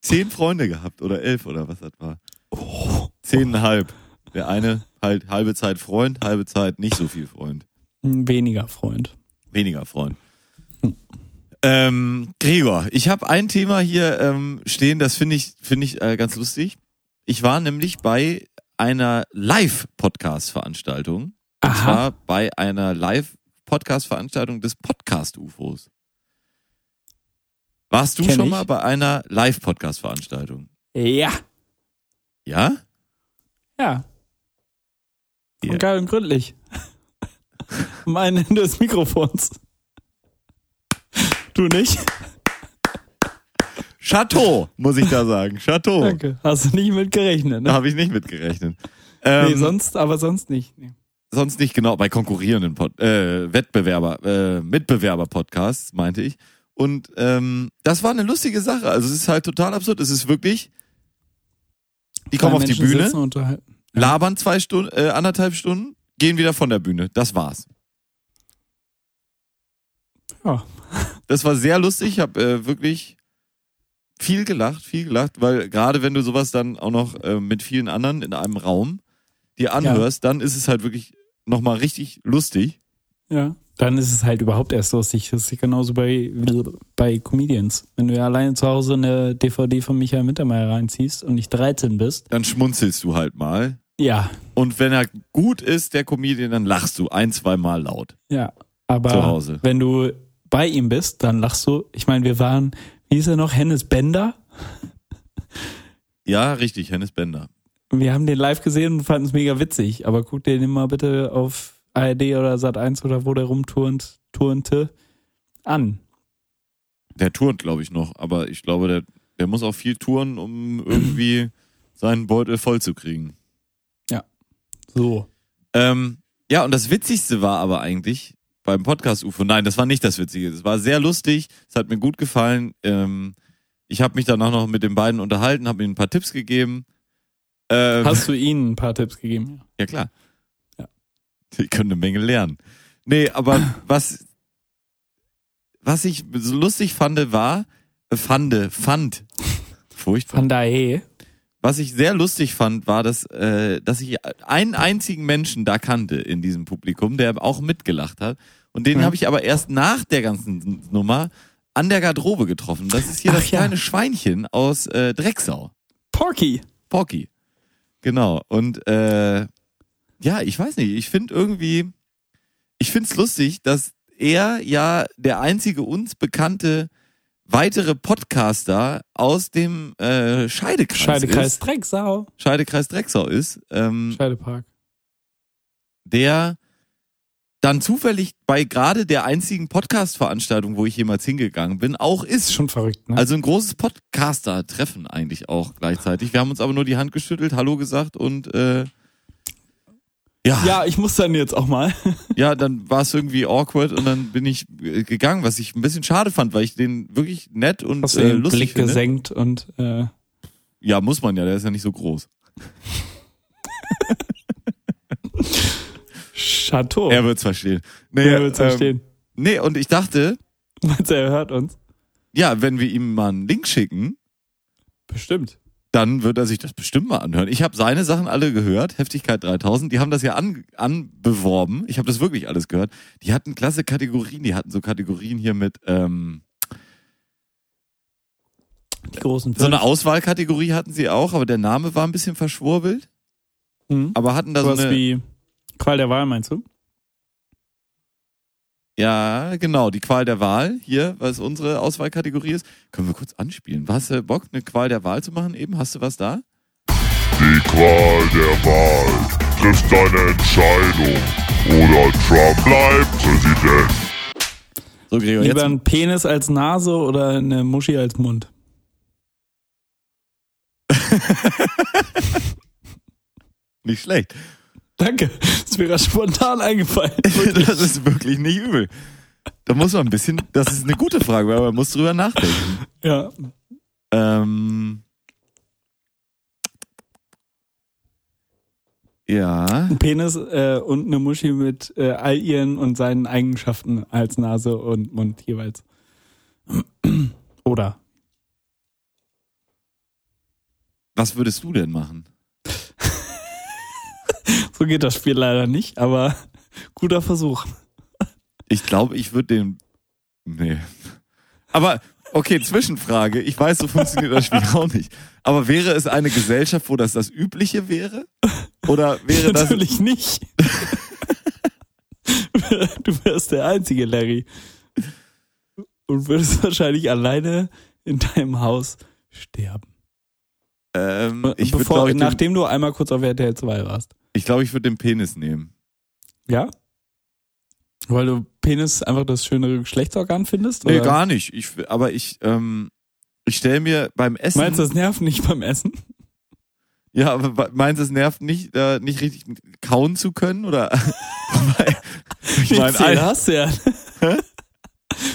C: Zehn Freunde gehabt oder elf oder was das war. Zehneinhalb. Der eine halt halbe Zeit Freund, halbe Zeit nicht so viel Freund.
D: ein weniger Freund.
C: Weniger Freund. Ähm, Gregor, ich habe ein Thema hier ähm, stehen, das finde ich, finde ich äh, ganz lustig. Ich war nämlich bei einer Live-Podcast-Veranstaltung. Und
D: Aha.
C: zwar bei einer Live-Podcast-Veranstaltung des Podcast-UFOs. Warst du
D: Kenn
C: schon
D: ich.
C: mal bei einer Live-Podcast-Veranstaltung?
D: Ja.
C: Ja?
D: Ja. Und
C: Ja.
D: geil und gründlich. Am einen Ende des Mikrofons. Du nicht?
C: Chateau, muss ich da sagen. Chateau.
D: Danke. Hast du nicht mit gerechnet,
C: Da
D: ne?
C: habe ich nicht mitgerechnet. Ähm,
D: nee, sonst, aber sonst nicht. Nee.
C: sonst nicht genau bei konkurrierenden Pod äh, Wettbewerber, äh, Mitbewerber-Podcasts, meinte ich. Und ähm, das war eine lustige Sache. Also es ist halt total absurd. Es ist wirklich, die kommen
D: Drei
C: auf die
D: Menschen
C: Bühne.
D: sitzen und unterhalten.
C: labern zwei Stunden, äh, anderthalb Stunden, gehen wieder von der Bühne. Das war's.
D: Ja.
C: Das war sehr lustig. Ich habe äh, wirklich viel gelacht, viel gelacht, weil gerade wenn du sowas dann auch noch äh, mit vielen anderen in einem Raum dir anhörst, dann ist es halt wirklich nochmal richtig lustig.
D: Ja. Dann ist es halt überhaupt erst lustig. Das ist genauso bei, bei Comedians. Wenn du ja alleine zu Hause eine DVD von Michael Mittermeier reinziehst und nicht 13 bist.
C: Dann schmunzelst du halt mal.
D: Ja.
C: Und wenn er gut ist, der Comedian, dann lachst du ein, zweimal laut
D: Ja. Aber
C: zu Hause.
D: wenn du bei ihm bist, dann lachst du. Ich meine, wir waren, wie hieß er noch? Hennes Bender?
C: Ja, richtig, Hennes Bender.
D: Wir haben den live gesehen und fanden es mega witzig, aber guck dir den mal bitte auf ARD oder Sat1 oder wo der rumturnt, turnte, an.
C: Der turnt, glaube ich, noch, aber ich glaube, der, der muss auch viel touren, um irgendwie seinen Beutel voll zu kriegen.
D: So.
C: Ähm, ja, und das Witzigste war aber eigentlich beim Podcast UFO. Nein, das war nicht das Witzige. Es war sehr lustig, es hat mir gut gefallen. Ähm, ich habe mich danach noch mit den beiden unterhalten, habe ihnen ein paar Tipps gegeben. Ähm,
D: Hast du ihnen ein paar Tipps gegeben?
C: Ja, klar.
D: Ja.
C: Die können eine Menge lernen. Nee, aber was, was ich so lustig fand, war, äh, fand, fand, furchtbar.
D: Van daher.
C: Was ich sehr lustig fand, war, dass, äh, dass ich einen einzigen Menschen da kannte in diesem Publikum, der auch mitgelacht hat. Und den
D: Ja.
C: habe ich aber erst nach der ganzen Nummer an der Garderobe getroffen. Das ist hier
D: Ach
C: das
D: ja.
C: kleine Schweinchen aus äh, Drecksau.
D: Porky.
C: Porky. Genau. Und äh, ja, ich weiß nicht. Ich finde irgendwie, ich finde es lustig, dass er ja der einzige uns bekannte weitere Podcaster aus dem äh, Scheidekreis,
D: Scheidekreis
C: ist,
D: Drecksau. Hm.
C: Scheidekreis Drecksau ist, ähm,
D: Scheidepark.
C: der dann zufällig bei gerade der einzigen Podcast-Veranstaltung, wo ich jemals hingegangen bin, auch ist.
D: Schon verrückt, ne?
C: Also ein großes Podcaster-Treffen eigentlich auch gleichzeitig. Wir haben uns aber nur die Hand geschüttelt, Hallo gesagt und äh, ja, ja,
D: ja, ich muss dann jetzt auch mal.
C: dann war es irgendwie awkward und dann bin ich äh, gegangen, was ich ein bisschen schade fand, weil ich den wirklich nett und
D: Hast du
C: äh,
D: den
C: lustig
D: Blick
C: finde.
D: gesenkt und äh,
C: Ja, muss man ja, der ist ja nicht so groß.
D: Chateau.
C: Er wird's verstehen. Nee,
D: Oh. Er wird's
C: ähm,
D: verstehen.
C: Nee, und ich dachte,
D: Meinst du, er hört uns?
C: ja, wenn wir ihm mal einen Link schicken,
D: Bestimmt.
C: dann wird er sich das bestimmt mal anhören. Ich habe seine Sachen alle gehört, Heftigkeit 3000, die haben das ja an, anbeworben. Ich habe das wirklich alles gehört. Die hatten klasse Kategorien, die hatten so Kategorien hier mit ähm,
D: Die großen
C: so
D: Filme.
C: eine Auswahlkategorie hatten sie auch, aber der Name war ein bisschen verschwurbelt,
D: Mhm.
C: aber hatten da so
D: Sowas
C: eine
D: wie Qual der Wahl, meinst du?
C: Ja, genau, die Qual der Wahl hier, was unsere Auswahlkategorie ist, können wir kurz anspielen. Hast du Bock eine Qual der Wahl zu machen eben? Hast du was da?
A: Die Qual der Wahl trifft deine Entscheidung. Oder Trump bleibt Präsident.
C: So Gregor,
D: Lieber
C: jetzt
D: ein Penis als Nase oder eine Muschi als Mund?
C: nicht schlecht.
D: Danke. Ist mir gerade spontan eingefallen.
C: Das ist wirklich nicht übel. Da muss man ein bisschen, das ist eine gute Frage, weil man muss drüber nachdenken.
D: Ja.
C: Ähm, ja,
D: Ein Penis äh, und eine Muschi mit äh, all ihren und seinen Eigenschaften als Nase und Mund jeweils. Oder?
C: was würdest du denn machen?
D: So geht das Spiel leider nicht, aber guter Versuch.
C: Ich glaube, ich würde den. Nee. Aber, okay, Zwischenfrage. Ich weiß, so funktioniert das Spiel auch nicht. Aber wäre es eine Gesellschaft, wo das das Übliche wäre? Oder wäre das.
D: Natürlich nicht. du wärst der einzige Larry. Und würdest wahrscheinlich alleine in deinem Haus sterben.
C: Ähm, ich würde,
D: Bevor,
C: glaube ich, den,
D: nachdem du einmal kurz auf RTL 2 warst.
C: ich, glaub, ich würde den Penis nehmen.
D: Ja? Weil du Penis einfach das schönere Geschlechtsorgan findest?
C: Nee,
D: oder?
C: gar nicht. Ich, aber ich, ähm, ich stelle mir beim Essen.
D: Meinst du, das nervt nicht beim Essen?
C: Ja, aber wa- meinst du, es nervt nicht, äh, nicht richtig kauen zu können? Oder? Wobei, ich
D: Nee,
C: meine,
D: Zähne
C: ein-
D: hast du ja.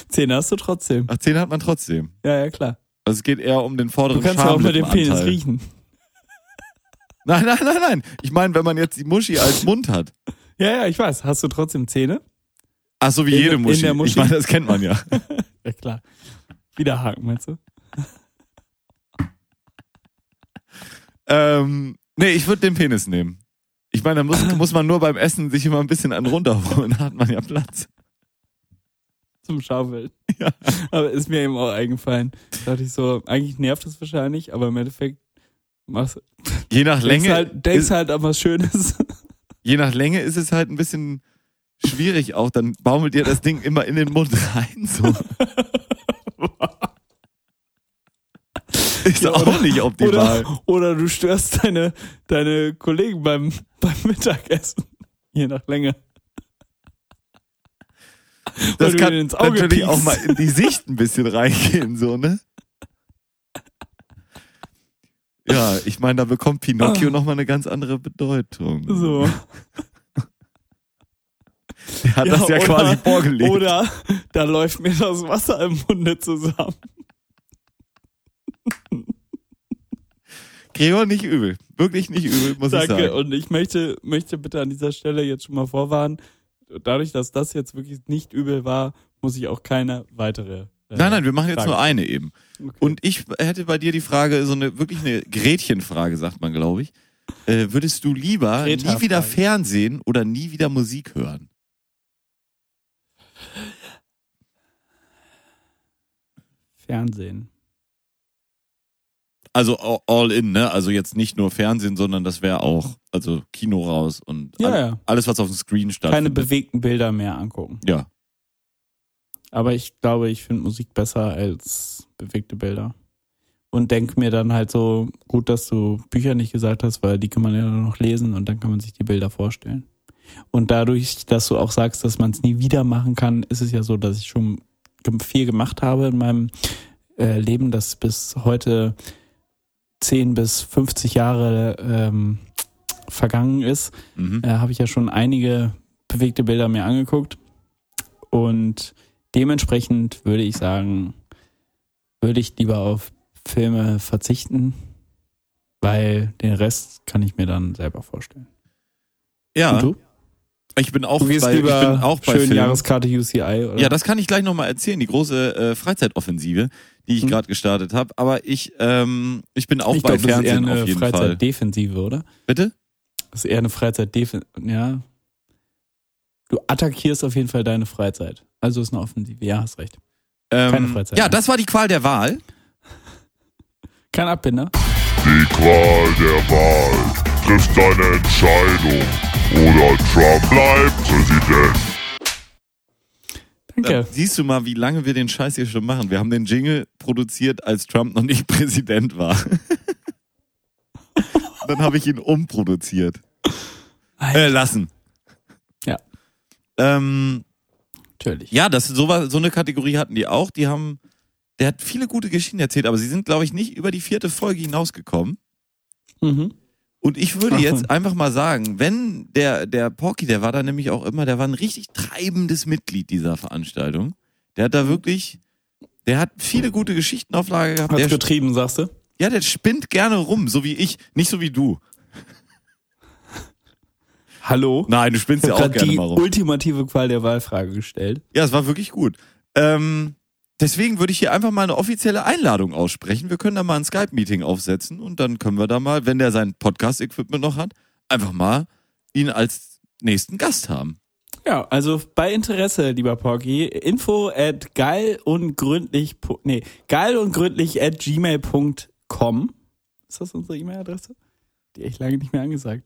D: Zähne hast du trotzdem.
C: ach, Zähne hat man trotzdem.
D: Ja, ja, klar.
C: Also es geht eher um den vorderen
D: Du kannst ja auch mit dem Penis riechen.
C: Nein, nein, nein, nein. Ich meine, wenn man jetzt die Muschi als Mund hat.
D: Ja, ja, ich weiß. Hast du trotzdem Zähne?
C: Ach so, wie
D: In-
C: jede
D: in
C: Muschi.
D: der Muschi.
C: Ich meine, das kennt man ja.
D: Ja, klar. Wieder haken, meinst du?
C: ähm, nee, ich würde den Penis nehmen. Ich meine, da muss, muss man nur beim Essen sich immer ein bisschen an runterholen, da hat man ja Platz.
D: Zum Schaufeln.
C: Ja.
D: Aber ist mir eben auch eingefallen. Da dachte ich so, eigentlich nervt es wahrscheinlich, aber im Endeffekt machst
C: Je nach
D: denkst
C: Länge,
D: halt, denkst
C: ist,
D: halt an was Schönes.
C: je nach Länge ist es halt ein bisschen schwierig auch. Dann baumelt ihr das Ding immer in den Mund rein. So. Ist
D: Ja,
C: auch
D: oder-
C: nicht optimal.
D: Oder, oder du störst deine, deine Kollegen beim, beim Mittagessen. Je nach Länge. weil
C: das
D: du
C: kann
D: dir ins Auge
C: natürlich
D: piekst.
C: auch mal in die Sicht ein bisschen reingehen, so, ne? Ja, ich meine, da bekommt Pinocchio nochmal eine ganz andere Bedeutung.
D: Ah. So.
C: Der hat
D: Ja,
C: das ja
D: oder-
C: quasi vorgelegt.
D: Oder da läuft mir das Wasser im Munde zusammen.
C: Gregor, nicht übel. Wirklich nicht übel, muss ich
D: Danke.
C: sagen.
D: Und ich möchte, möchte bitte an dieser Stelle jetzt schon mal vorwarnen, dadurch, dass das jetzt wirklich nicht übel war, muss ich auch keine weitere. äh,
C: Nein, nein, wir machen jetzt
D: Frage.
C: nur eine eben.
D: okay.
C: Und ich hätte bei dir die Frage, so eine wirklich eine Gretchenfrage, sagt man, glaube ich. Äh, würdest du lieber
D: Greta-Frage.
C: nie wieder Fernsehen oder nie wieder Musik hören?
D: Fernsehen.
C: Also a- all in, ne? Also jetzt nicht nur Fernsehen, sondern das wäre auch, also Kino raus und
D: Ja,
C: all,
D: ja.
C: alles, was auf dem Screen
D: Keine
C: stattfindet.
D: bewegten Bilder mehr angucken.
C: ja.
D: Aber ich glaube, ich finde Musik besser als bewegte Bilder. Und denke mir dann halt so, gut, dass du Bücher nicht gesagt hast, weil die kann man ja noch lesen und dann kann man sich die Bilder vorstellen. Und dadurch, dass du auch sagst, dass man es nie wieder machen kann, ist es ja so, dass ich schon gem- viel gemacht habe in meinem äh, Leben, dass bis heute 10 bis 50 Jahre ähm, vergangen ist
C: Mhm.
D: äh, habe ich ja schon einige bewegte Bilder mir angeguckt. Und dementsprechend würde ich sagen, würde ich lieber auf Filme verzichten, weil den Rest kann ich mir dann selber vorstellen.
C: Ja,
D: Und du?
C: ich bin auch
D: Du gehst
C: bei, ich bin
D: lieber
C: auch bei
D: schön
C: Filmen.
D: Jahreskarte UCI, oder?
C: Ja, das kann ich gleich nochmal erzählen, die große äh, Freizeitoffensive, die ich
D: Hm.
C: gerade gestartet habe. Aber ich, ähm, ich bin auch
D: ich
C: bei
D: glaub, das ist eher
C: Fernsehen
D: eine
C: auf jeden Fall.
D: Freizeitdefensive, oder?
C: Bitte?
D: Das ist eher eine Freizeitdefensive, ja. Du attackierst auf jeden Fall deine Freizeit. Also ist eine Offensive, ja, hast recht.
C: Ähm,
D: Keine Freizeit.
C: Ja, das war die Qual der Wahl.
D: Kein Abbinder.
A: Die Qual der Wahl. Triff deine Entscheidung. Oder Trump bleibt Präsident.
D: Danke.
C: Da siehst du mal, wie lange wir den Scheiß hier schon machen. Wir haben den Jingle produziert, als Trump noch nicht Präsident war. Dann habe ich ihn umproduziert.
D: Alter.
C: Äh, lassen.
D: Ja.
C: Ähm,
D: Natürlich.
C: ja, das so, war, so eine Kategorie hatten die auch. Die haben, der hat viele gute Geschichten erzählt, aber sie sind, glaube ich, nicht über die vierte Folge hinausgekommen.
D: Mhm.
C: Und ich würde
D: Aha.
C: jetzt einfach mal sagen, wenn der, der Porky, der war da nämlich auch immer, der war ein richtig treibendes Mitglied dieser Veranstaltung. Der hat da wirklich, der hat viele gute Geschichten auf Lager gehabt.
D: Hat's
C: Der,
D: getrieben, sagst du?
C: ja, der spinnt gerne rum, so wie ich, nicht so wie du.
D: Hallo?
C: Nein, du spinnst
D: ich
C: ja
D: habe
C: auch
D: gerade
C: gerne
D: die
C: mal rum.
D: ultimative Qual der Wahlfrage gestellt.
C: Ja, es war wirklich gut. Ähm, deswegen würde ich hier einfach mal eine offizielle Einladung aussprechen. Wir können da mal ein Skype-Meeting aufsetzen und dann können wir da mal, wenn der sein Podcast-Equipment noch hat, einfach mal ihn als nächsten Gast haben.
D: Ja, also bei Interesse, lieber Porky, info at geil und gründlich, pu- nee, geil und gründlich at gmail.com. Ist das unsere E-Mail-Adresse? Die echt lange nicht mehr angesagt.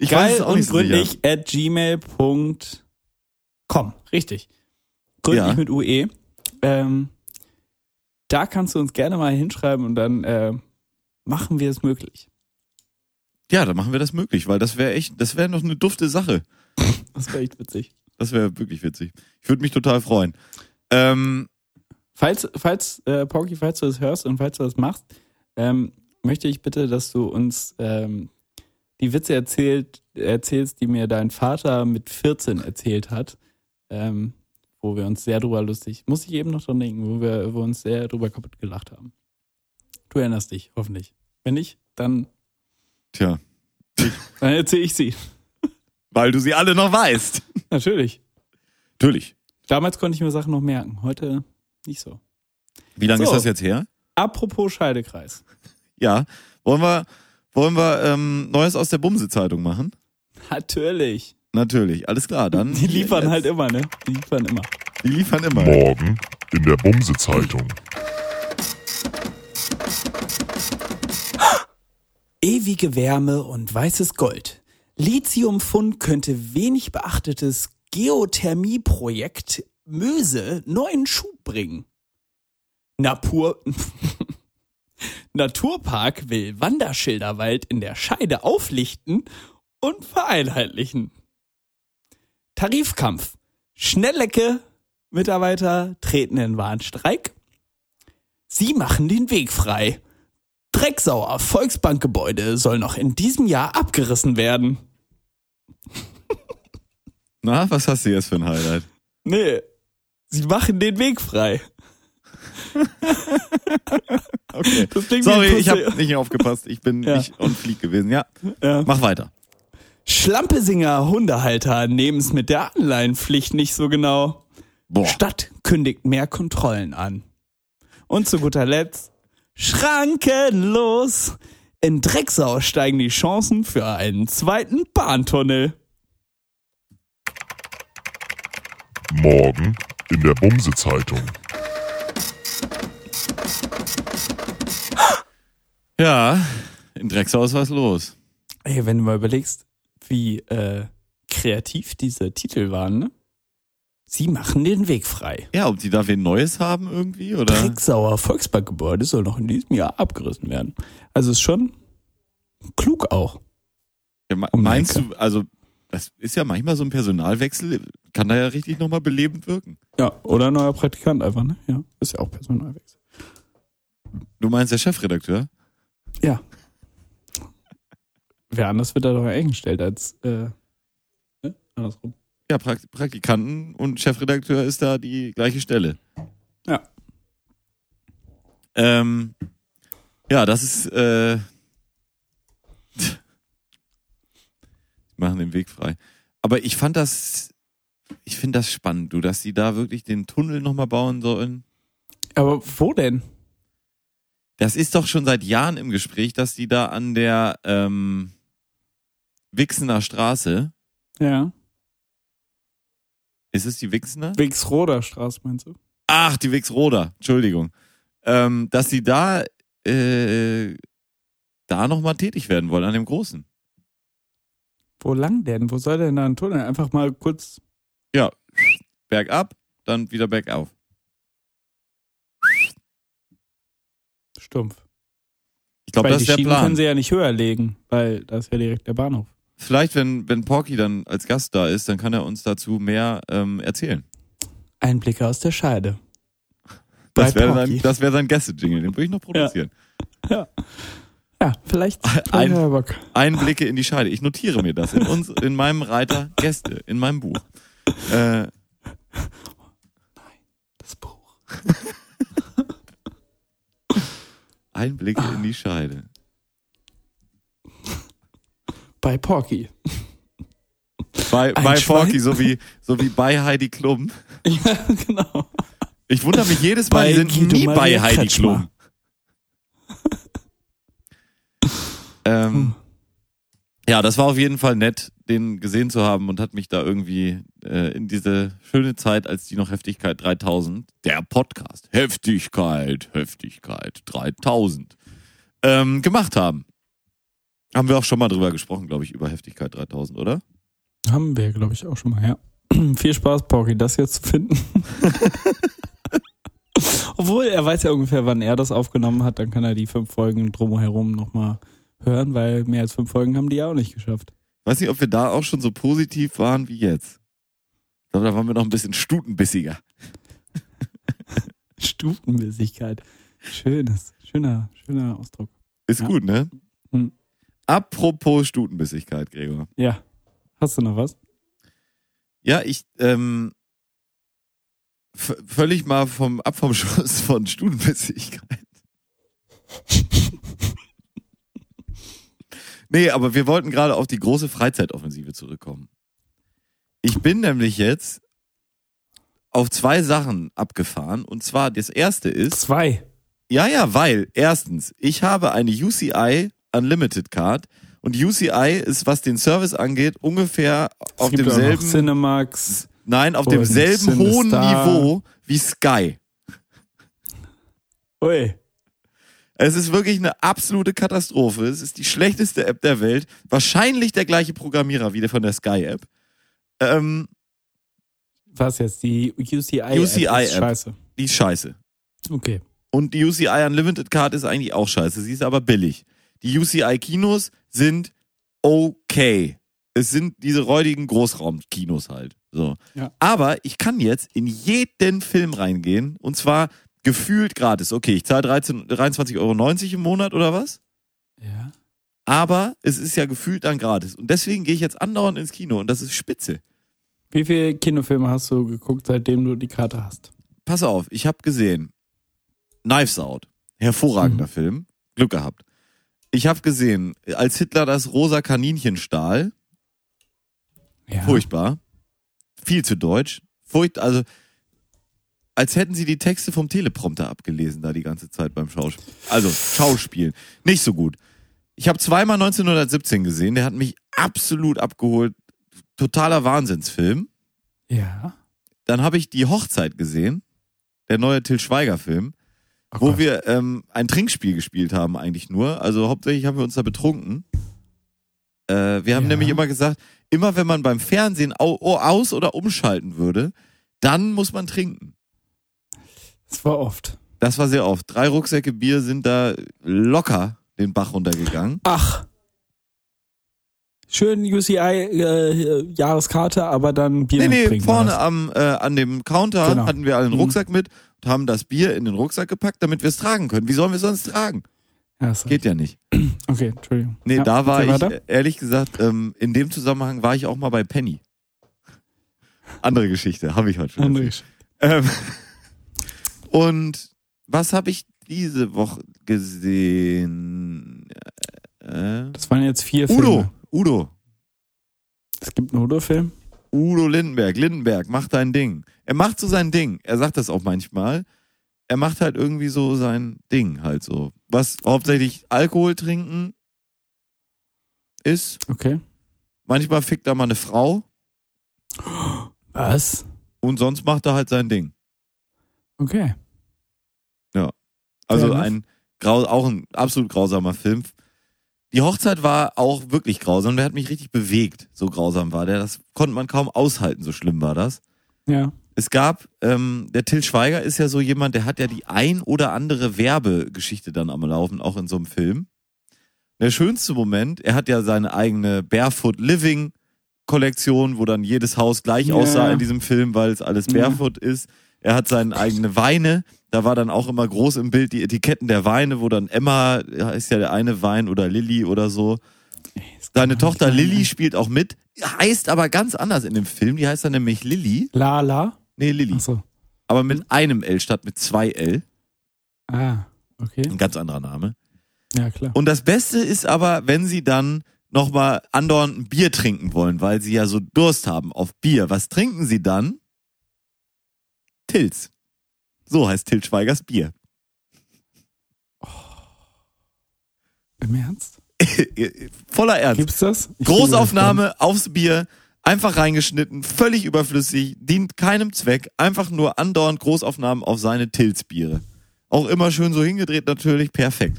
C: Ich weiß
D: geil
C: es auch
D: und
C: nicht so sicher.
D: gründlich at gmail.com. Richtig. Gründlich
C: Ja.
D: mit UE. Ähm, da kannst du uns gerne mal hinschreiben und dann äh, machen wir es möglich.
C: Ja, dann machen wir das möglich, weil das wäre echt, das wäre noch eine dufte Sache.
D: Das wäre echt witzig.
C: Das wäre wirklich witzig. Ich würde mich total freuen. Ähm,
D: Falls, falls äh, Porky, falls du das hörst und falls du das machst, ähm, möchte ich bitte, dass du uns ähm, die Witze erzählt, erzählst, die mir dein Vater mit 14 erzählt hat, ähm, wo wir uns sehr drüber lustig, muss ich eben noch dran denken, wo wir wo wir uns sehr drüber kaputt gelacht haben. Du erinnerst dich, hoffentlich. Wenn nicht, dann,
C: tja,
D: dann erzähle ich sie.
C: weil du sie alle noch weißt.
D: Natürlich.
C: Natürlich.
D: Damals konnte ich mir Sachen noch merken, heute nicht so.
C: Wie lange
D: So.
C: ist das jetzt her?
D: Apropos Scheidekreis.
C: Ja. Wollen wir, wollen wir ähm, Neues aus der Bumse-Zeitung machen?
D: Natürlich.
C: Natürlich. Alles klar, dann.
D: Die liefern
C: Jetzt.
D: halt immer, ne? Die liefern immer.
C: Die liefern immer.
A: Morgen in der Bumse-Zeitung.
D: Ewige Wärme und weißes Gold. Lithiumfund könnte wenig beachtetes Geothermieprojekt Möse neuen Schub bringen. Napur Naturpark will Wanderschilderwald in der Scheide auflichten und vereinheitlichen. Tarifkampf. Schnellecke Mitarbeiter treten in Warnstreik. Sie machen den Weg frei. Drecksauer Volksbankgebäude soll noch in diesem Jahr abgerissen werden.
C: Na, was hast du jetzt für ein Highlight?
D: Nee, sie machen den Weg frei.
C: Okay.
D: Das klingt wie
C: Sorry,
D: ein
C: ich habe
D: Pussy.
C: nicht aufgepasst. Ich bin
D: Ja.
C: nicht on fleek gewesen. Ja,
D: Ja.
C: mach weiter.
D: Schlampesinger Hundehalter nehmen es mit der Anleihenpflicht nicht so genau.
C: Boah.
D: Stadt kündigt mehr Kontrollen an. Und zu guter Letzt, schrankenlos. In Drecksau steigen die Chancen für einen zweiten Bahntunnel.
A: Morgen in der Bumse-Zeitung.
C: Ja, in Dreckshaus was los.
D: Ey, wenn du mal überlegst, wie äh, kreativ diese Titel waren, ne? Sie machen den Weg frei.
C: Ja, ob die da wen Neues haben irgendwie oder?
D: Drecksauer Volksparkgebäude soll noch in diesem Jahr abgerissen werden. Also ist schon klug auch.
C: Ja, me-
D: Um die
C: meinst
D: Ecke.
C: du, also das ist ja manchmal so ein Personalwechsel, kann da ja richtig nochmal belebend wirken.
D: Ja, oder ein neuer Praktikant einfach, ne? Ja, ist ja auch Personalwechsel.
C: Du meinst der Chefredakteur?
D: Wer anders wird da doch eingestellt als, äh, ne? Andersrum.
C: Ja, Prakt Praktikanten und Chefredakteur ist da die gleiche Stelle.
D: Ja.
C: Ähm, ja, das ist. Äh, die machen den Weg frei. Aber ich fand das. Ich finde das spannend, du, dass die da wirklich den Tunnel nochmal bauen sollen.
D: Aber wo denn?
C: Das ist doch schon seit Jahren im Gespräch, dass die da an der ähm, Wichsener Straße.
D: Ja.
C: Ist es die Wichsener?
D: Wegsroder Straße, meinst du?
C: Ach, die Wixroda, Entschuldigung. Ähm, dass sie da, äh, da nochmal tätig werden wollen, an dem Großen.
D: Wo lang denn? Wo soll denn da ein Tunnel? Einfach mal kurz.
C: Bergab, dann wieder bergauf.
D: Stumpf.
C: Ich glaube,
D: weil
C: das
D: die
C: ist der
D: Schienen können
C: Plan.
D: sie ja nicht höher legen, weil da ist ja direkt der Bahnhof.
C: Vielleicht, wenn, wenn Porky dann als Gast da ist, dann kann er uns dazu mehr ähm, erzählen.
D: Einblicke aus der Scheide.
C: Das
D: Bei
C: wäre
D: Porky.
C: sein, das wär sein Gäste-Jingle, den würde ich noch produzieren.
D: Ja, vielleicht
C: Ein-
D: Ja, Bock.
C: Einblicke in die Scheide. Ich notiere mir das in, uns, in meinem Reiter Gäste, in meinem Buch. Äh,
D: das Buch.
C: Einblicke in die Scheide.
D: Bei Porky.
C: Bei,
D: Ein
C: bei
D: Schwein.
C: Porky, so wie, so wie bei Heidi Klum.
D: ja, genau.
C: Ich wundere mich jedes Mal,
D: Bei
C: die sind
D: Guido
C: nie bei
D: Maria
C: Heidi Klum.
D: Kretschmer. Hm.
C: ähm, ja, das war auf jeden Fall nett, den gesehen zu haben und hat mich da irgendwie äh, in diese schöne Zeit, als die noch Heftigkeit 3000, der Podcast, Heftigkeit, Heftigkeit 3000, ähm, gemacht haben. Haben wir auch schon mal drüber gesprochen, glaube ich, über Heftigkeit 3000, oder?
D: Haben wir, glaube ich, auch schon mal, ja. Viel Spaß, Porky, das jetzt zu finden. Obwohl, er weiß ja ungefähr, wann er das aufgenommen hat, dann kann er die fünf Folgen drumherum nochmal hören, weil mehr als fünf Folgen haben die ja auch nicht geschafft.
C: Weiß nicht, ob wir da auch schon so positiv waren wie jetzt. Ich glaube, da waren wir noch ein bisschen stutenbissiger.
D: Stufenmäßigkeit. Schönes, schöner, schöner Ausdruck.
C: Ist
D: Ja.
C: gut, ne?
D: Hm.
C: Apropos Stutenbissigkeit, Gregor.
D: Ja. Hast du noch was?
C: Ja, ich ähm, v- völlig mal vom ab vom Schuss von Stutenbissigkeit. nee, aber wir wollten gerade auf die große Freizeitoffensive zurückkommen. Ich bin nämlich jetzt auf zwei Sachen abgefahren und zwar das erste ist
D: Zwei.
C: Ja, ja, weil erstens, ich habe eine UCI Unlimited Card und UCI ist, was den Service angeht, ungefähr auf
D: gibt auch noch Oh,
C: demselben,
D: Cinemax.
C: nein, auf
D: und
C: demselben
D: Cinestar.
C: hohen Niveau wie Sky.
D: Ui.
C: Es ist wirklich eine absolute Katastrophe. Es ist die schlechteste App der Welt. Wahrscheinlich der gleiche Programmierer wie der von der Sky App. Ähm,
D: Was jetzt? Die UCI-App.
C: UCI-App.
D: Scheiße.
C: die ist scheiße.
D: Okay.
C: Und die UCI Unlimited Card ist eigentlich auch scheiße. Sie ist aber billig. Die UCI Kinos sind okay. Es sind diese räudigen Großraumkinos halt. So.
D: Ja.
C: Aber ich kann jetzt in jeden Film reingehen und zwar gefühlt gratis. Okay, ich zahle 13 23,90 Euro im Monat oder was?
D: Ja.
C: Aber es ist ja gefühlt dann gratis. Und deswegen gehe ich jetzt andauernd ins Kino und das ist spitze.
D: Wie viele Kinofilme hast du geguckt, seitdem du die Karte hast?
C: pass auf, ich habe gesehen Knives Out, hervorragender
D: Mhm.
C: Film, Glück gehabt. Ich habe gesehen, als Hitler das rosa Kaninchen stahl,
D: Ja.
C: furchtbar, viel zu deutsch, furcht, also als hätten sie die Texte vom Teleprompter abgelesen da die ganze Zeit beim Schauspiel. Also Schauspiel, nicht so gut. Ich habe zweimal 1917 gesehen, der hat mich absolut abgeholt, totaler Wahnsinnsfilm.
D: Ja.
C: Dann habe ich die Hochzeit gesehen, der neue Till Schweiger Film,
D: Oh
C: wo
D: Gott.
C: wir ähm, ein Trinkspiel gespielt haben eigentlich nur. Also hauptsächlich haben wir uns da betrunken. Äh, wir haben
D: Ja.
C: nämlich immer gesagt, immer wenn man beim Fernsehen au au- aus oder umschalten würde, dann muss man trinken.
D: Das war oft.
C: Das war sehr oft. Drei Rucksäcke Bier sind da locker den Bach runtergegangen.
D: Ach. Schön UCI-Jahreskarte, äh, aber dann Bier
C: Nee, nee,
D: mitbringen.
C: vorne
D: oder
C: am, äh, an dem Counter
D: Genau.
C: hatten wir alle einen
D: Mhm.
C: Rucksack mit und haben das Bier in den Rucksack gepackt, damit wir es tragen können. Wie sollen wir es sonst tragen?
D: was? Ja, so.
C: Geht ja nicht.
D: Okay, Entschuldigung.
C: Nee,
D: ja,
C: da war
D: erzähl
C: ich,
D: weiter.
C: äh, ehrlich gesagt, ähm, in dem Zusammenhang war ich auch mal bei Penny. Andere Geschichte, habe ich heute schon.
D: Andere
C: erzählt. Ähm, und was habe ich diese Woche gesehen? Äh,
D: Das waren jetzt vier Filme.
C: Udo, Udo,
D: Es gibt einen Udo-Film.
C: Udo Lindenberg, Lindenberg, mach dein Ding. Er macht so sein Ding. Er sagt das auch manchmal. Er macht halt irgendwie so sein Ding halt so. Was hauptsächlich Alkohol trinken ist.
D: Okay.
C: Manchmal fickt er mal eine Frau
D: Was?
C: und sonst macht er halt sein Ding.
D: Okay.
C: Also
D: Fair enough.
C: ein grau, auch ein absolut grausamer Film. Die Hochzeit war auch wirklich grausam. Der hat mich richtig bewegt. So grausam war der. Das konnte man kaum aushalten. So schlimm war das.
D: Ja.
C: Es gab, ähm, der Till Schweiger ist ja so jemand, der hat ja die ein oder andere Werbegeschichte dann am Laufen, auch in so einem Film. Der schönste Moment, er hat ja seine eigene Barefoot Living Kollektion, wo dann jedes Haus gleich
D: Ja.
C: aussah in diesem Film, weil es alles
D: Ja.
C: Barefoot ist. Er hat seine eigene Weine, da war dann auch immer groß im Bild die Etiketten der Weine, wo dann Emma, ja, ist ja der eine Wein oder Lilly oder so. Seine Tochter Lilly spielt auch mit, heißt aber ganz anders in dem Film, die heißt dann nämlich Lilly.
D: Lala.
C: Nee, Lilly.
D: Achso.
C: Aber mit einem L statt mit zwei L.
D: Ah, okay.
C: Ein ganz anderer Name.
D: Ja, klar.
C: Und das Beste ist aber, wenn sie dann nochmal andauernd ein Bier trinken wollen, weil sie ja so Durst haben auf Bier. Was trinken sie dann? Tils. So heißt Til Schweigers Bier.
D: Im Ernst?
C: Voller Ernst.
D: Gibt's das? Ich
C: Großaufnahme aufs Bier, einfach reingeschnitten, völlig überflüssig, dient keinem Zweck, einfach nur andauernd Großaufnahmen auf seine Tilsbiere. Auch immer schön so hingedreht natürlich, perfekt.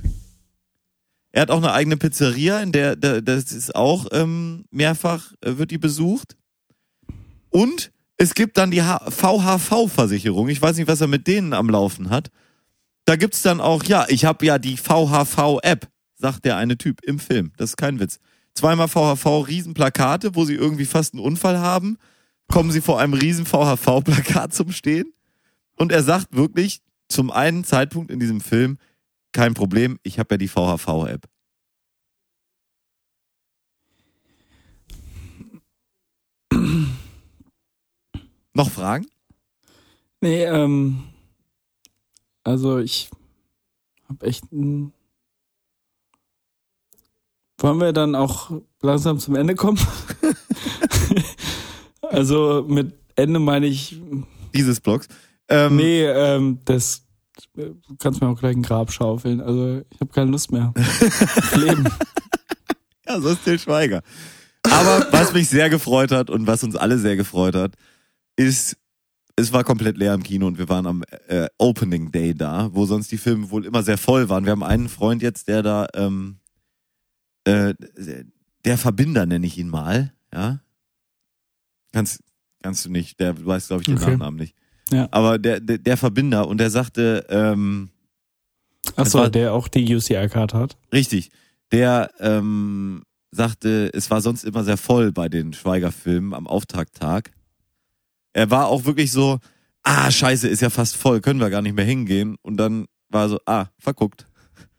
C: Er hat auch eine eigene Pizzeria, in der, der das ist auch ähm, mehrfach äh, wird die besucht. Und es gibt dann die H- VHV-Versicherung. Ich weiß nicht, was er mit denen am Laufen hat. Da gibt's dann auch, ja, ich habe ja die VHV-App, sagt der eine Typ im Film. Das ist kein Witz. Zweimal VHV, Riesenplakate, wo sie irgendwie fast einen Unfall haben. Kommen sie vor einem riesen VHV-Plakat zum Stehen. Und er sagt wirklich zum einen Zeitpunkt in diesem Film, kein Problem, ich habe ja die VHV-App. Noch Fragen?
D: verstanden. Nee, ähm. Also, ich hab echt ein. Wollen wir dann auch langsam zum Ende kommen? also, mit Ende meine ich.
C: Dieses Blogs. Ähm,
D: Nee, ähm, das. Du kannst mir auch gleich ein Grab schaufeln. Also, ich habe keine Lust mehr. Auf Leben.
C: Ja, so ist Till Schweiger. Aber was mich sehr gefreut hat und was uns alle sehr gefreut hat, ist, es war komplett leer im Kino und wir waren am äh, Opening Day da, wo sonst die Filme wohl immer sehr voll waren. Wir haben einen Freund jetzt, der da, ähm, äh, der Verbinder nenne ich ihn mal, ja. Kannst, kannst du nicht, der weiß, glaube ich, den
D: Okay.
C: Nachnamen nicht.
D: Ja.
C: Aber der, der, der Verbinder und der sagte, ähm,
D: Achso,
C: war-
D: der auch die UCI-Card hat.
C: Richtig. Der ähm, sagte, es war sonst immer sehr voll bei den Schweiger-Filmen am Auftakttag. Er war auch wirklich so, ah, scheiße, ist ja fast voll, können wir gar nicht mehr hingehen. Und dann war er so, ah, verguckt.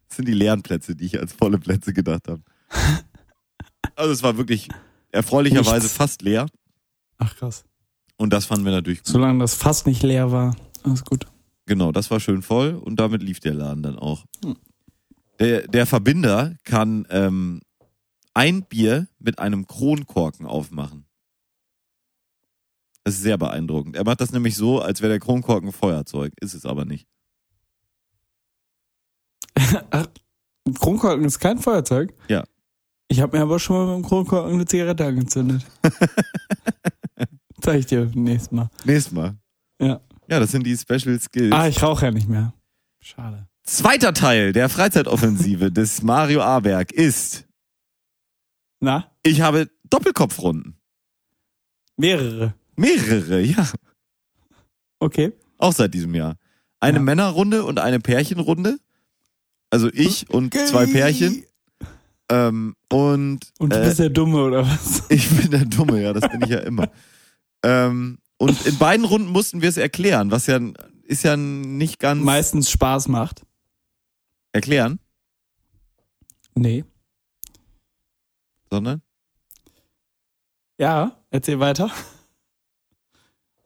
C: Das sind die leeren Plätze, die ich als volle Plätze gedacht habe. Also es war wirklich erfreulicherweise
D: Nichts.
C: fast leer.
D: Ach krass.
C: Und das fanden wir natürlich gut.
D: Solange das Fass nicht leer war, alles gut.
C: Genau, das war schön voll und damit lief der Laden dann auch.
D: Hm.
C: Der, der Verbinder kann ähm, ein Bier mit einem Kronkorken aufmachen. Das ist sehr beeindruckend. Er macht das nämlich so, als wäre der Kronkorken ein Feuerzeug. Ist es aber nicht.
D: Ach, ein Kronkorken ist kein Feuerzeug?
C: Ja.
D: Ich habe mir aber schon mal mit dem Kronkorken eine Zigarette angezündet. Zeig ich dir nächstes Mal.
C: Nächstes Mal.
D: Ja.
C: Ja, das sind die Special Skills.
D: Ah, ich rauche ja nicht mehr. Schade.
C: Zweiter Teil der Freizeitoffensive des Mario Aberg ist,
D: Na,
C: ich habe Doppelkopfrunden.
D: mehrere.
C: Mehrere, ja.
D: Okay.
C: Auch seit diesem Jahr. Eine
D: Ja.
C: Männerrunde und eine Pärchenrunde. Also ich und zwei Pärchen. Ähm, und
D: Und du
C: äh,
D: bist der Dumme oder was?
C: ich bin der Dumme, ja, das bin ich ja immer. ähm, und in beiden Runden mussten wir es erklären, was ja n- ist ja n- nicht ganz
D: Meistens Spaß macht.
C: erklären,
D: Nee.
C: sondern
D: Ja, erzähl weiter.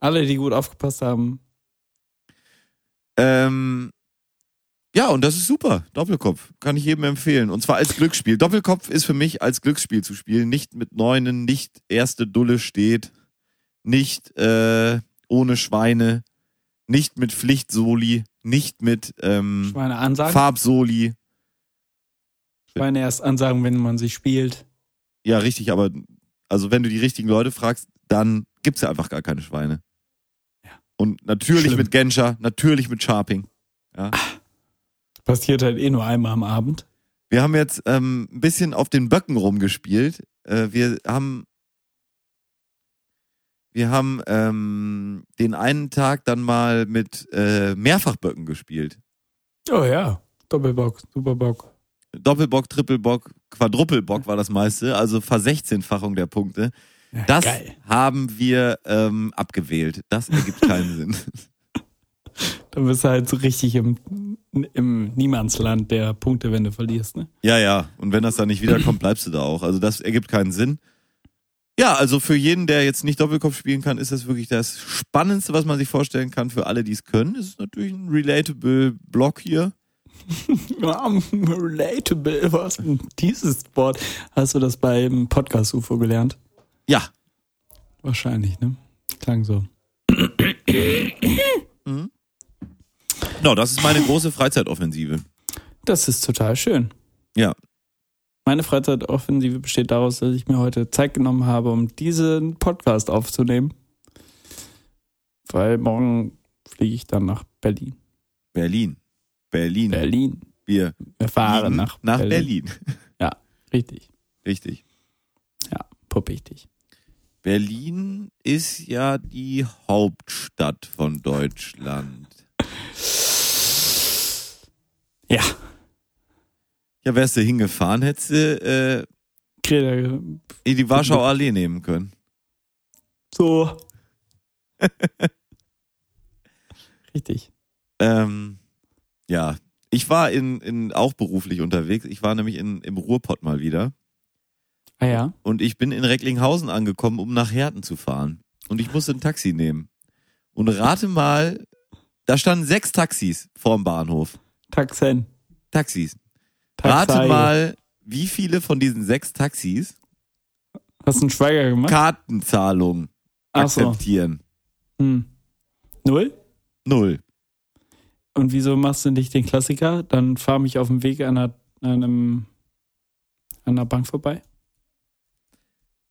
D: Alle, die gut aufgepasst haben.
C: ähm, ja, und das ist super. Doppelkopf kann ich jedem empfehlen. Und zwar als Glücksspiel. Doppelkopf ist für mich als Glücksspiel zu spielen. Nicht mit Neunen, nicht erste Dulle steht, nicht äh, ohne Schweine, nicht mit Pflichtsoli, nicht mit ähm,
D: Schweine ansagen.
C: Farbsoli.
D: Schweine erst ansagen, wenn man sie spielt.
C: Ja, richtig, aber also wenn du die richtigen Leute fragst, dann gibt's ja einfach gar keine Schweine. Und natürlich
D: Schlimm.
C: mit Genscher, natürlich mit Sharping.
D: Passiert halt eh nur einmal am Abend.
C: Wir haben jetzt ähm, ein bisschen auf den Böcken rumgespielt. Äh, wir haben wir haben ähm, den einen Tag dann mal mit äh, Mehrfachböcken gespielt.
D: Oh ja. Doppelbock, Superbock.
C: Doppelbock, Trippelbock, Quadruppelbock war das meiste, also Versechzehnfachung der Punkte.
D: Ja,
C: Das
D: Geil.
C: haben wir ähm, abgewählt. Das ergibt keinen Sinn.
D: Dann bist du halt so richtig im, im Niemandsland der Punkte, wenn du verlierst, ne?
C: Ja, ja. Und wenn das dann nicht wiederkommt, bleibst du da auch. Also das ergibt keinen Sinn. Ja, also für jeden, der jetzt nicht Doppelkopf spielen kann, ist das wirklich das Spannendste, was man sich vorstellen kann. Für alle, die es können, ist es natürlich ein relatable Block hier.
D: Um, relatable, was denn dieses Wort? Hast du das beim Podcast-UFO gelernt?
C: Ja.
D: Wahrscheinlich, ne? Klang so.
C: No, Genau, das ist meine große Freizeitoffensive.
D: Das ist total schön.
C: Ja.
D: Meine Freizeitoffensive besteht daraus, dass ich mir heute Zeit genommen habe, um diesen Podcast aufzunehmen. Weil morgen fliege ich dann nach Berlin.
C: Berlin. Berlin.
D: Berlin.
C: Wir
D: Wir fahren
C: fliegen
D: nach,
C: nach Berlin.
D: Richtig.
C: Richtig.
D: Puppig dich.
C: Berlin ist ja die Hauptstadt von Deutschland.
D: Ja.
C: Ja, wärst du hingefahren, hättest du
D: Greta,
C: äh, die Warschauer Allee nehmen können.
D: so. Richtig.
C: Ähm, ja, ich war in, in auch beruflich unterwegs. Ich war nämlich in, im Ruhrpott mal wieder.
D: Ah ja.
C: Und ich bin in Recklinghausen angekommen, um nach Herten zu fahren. Und ich musste ein Taxi nehmen. Und rate mal, da standen sechs Taxis vorm Bahnhof.
D: Taxen.
C: Taxis.
D: Taxei.
C: Rate mal, wie viele von diesen sechs Taxis
D: Hast du einen Schweiger gemacht?
C: Kartenzahlung
D: Ach so.
C: akzeptieren.
D: Hm. Null?
C: Null.
D: Und wieso machst du nicht den Klassiker? Dann fahr mich auf dem Weg an einer, an einem, an einer Bank vorbei.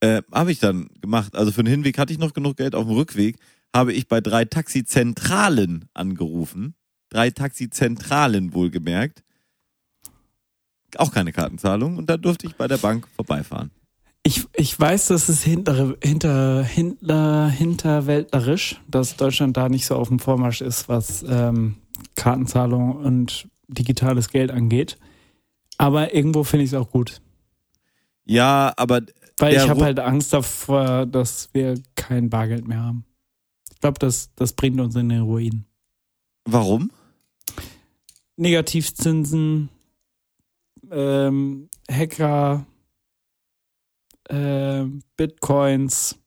C: Äh, habe ich dann gemacht. Also für den Hinweg hatte ich noch genug Geld. Auf dem Rückweg habe ich bei drei Taxizentralen angerufen. Drei Taxizentralen wohlgemerkt. Auch keine Kartenzahlung. Und da durfte ich bei der Bank vorbeifahren.
D: Ich, ich weiß, das ist hintere, hinter, hinter, hinterwäldlerisch, dass Deutschland da nicht so auf dem Vormarsch ist, was ähm, Kartenzahlung und digitales Geld angeht. Aber irgendwo finde ich es auch gut.
C: Ja, aber
D: Weil
C: Der
D: ich habe
C: Ru-
D: halt Angst davor, dass wir kein Bargeld mehr haben. Ich glaube, das, das bringt uns in den Ruin.
C: warum?
D: Negativzinsen, ähm, Hacker, ähm, Bitcoins,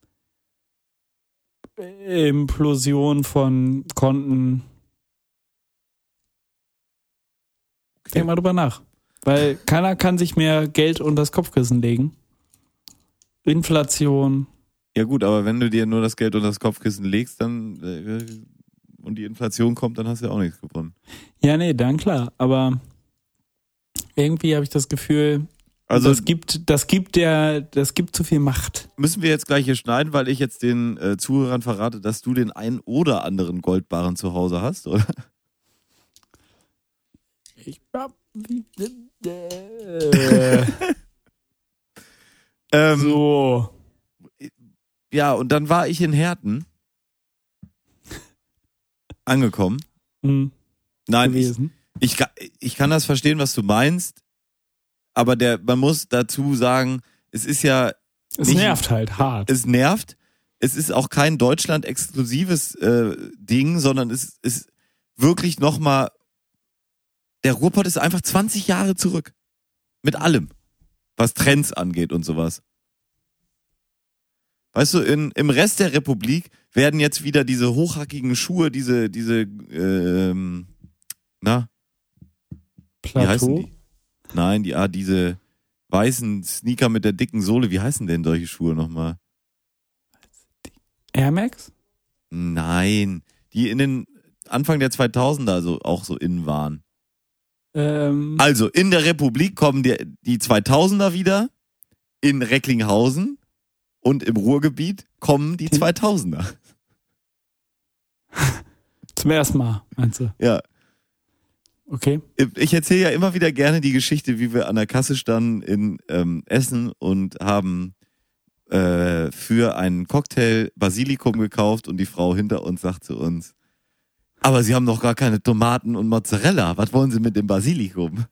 D: Implosion von Konten.
C: Okay.
D: Denk mal drüber nach. Weil keiner kann sich mehr Geld unter das Kopfkissen legen. Inflation.
C: Ja gut, aber wenn du dir nur das Geld unter das Kopfkissen legst, dann äh, und die Inflation kommt, dann hast du ja auch nichts gewonnen.
D: Ja, nee, dann klar. Aber irgendwie habe ich das Gefühl, also
C: Also
D: das gibt, das gibt der, das gibt zu viel Macht.
C: müssen wir jetzt gleich hier schneiden, weil ich jetzt den äh, Zuhörern verrate, dass du den einen oder anderen Goldbarren zu Hause hast, oder?
D: Ich hab, äh,
C: Ähm,
D: so.
C: Ja, und dann war ich in Herten angekommen.
D: Hm,
C: Nein, ich,
D: gewesen.
C: ich, ka- ich kann das verstehen, was du meinst, aber der, man muss dazu sagen, es ist ja,
D: Es
C: Nicht-
D: nervt halt hart.
C: es nervt. Es ist auch kein Deutschland-exklusives äh, Ding, sondern es ist wirklich nochmal, der Ruhrpott ist einfach 20 Jahre zurück. Mit allem. Was Trends angeht und sowas. Weißt du, in, im Rest der Republik werden jetzt wieder diese hochhackigen Schuhe, diese, diese, ähm, na, wie heißen
D: Plateau.
C: die? Nein, die, ah, diese weißen Sneaker mit der dicken Sohle, wie heißen denn solche Schuhe nochmal?
D: Air Max?
C: Nein, die in den Anfang der 2000er also auch so in waren.
D: Ähm,
C: Also in der Republik kommen die, die 2000er wieder, in Recklinghausen und im Ruhrgebiet kommen die 2000er.
D: zum ersten Mal, meinst du?
C: Ja,
D: Okay.
C: ich erzähle ja immer wieder gerne die Geschichte, wie wir an der Kasse standen in ähm, Essen und haben äh, für einen Cocktail Basilikum gekauft und die Frau hinter uns sagte uns, aber Sie haben doch gar keine Tomaten und Mozzarella. Was wollen Sie mit dem Basilikum?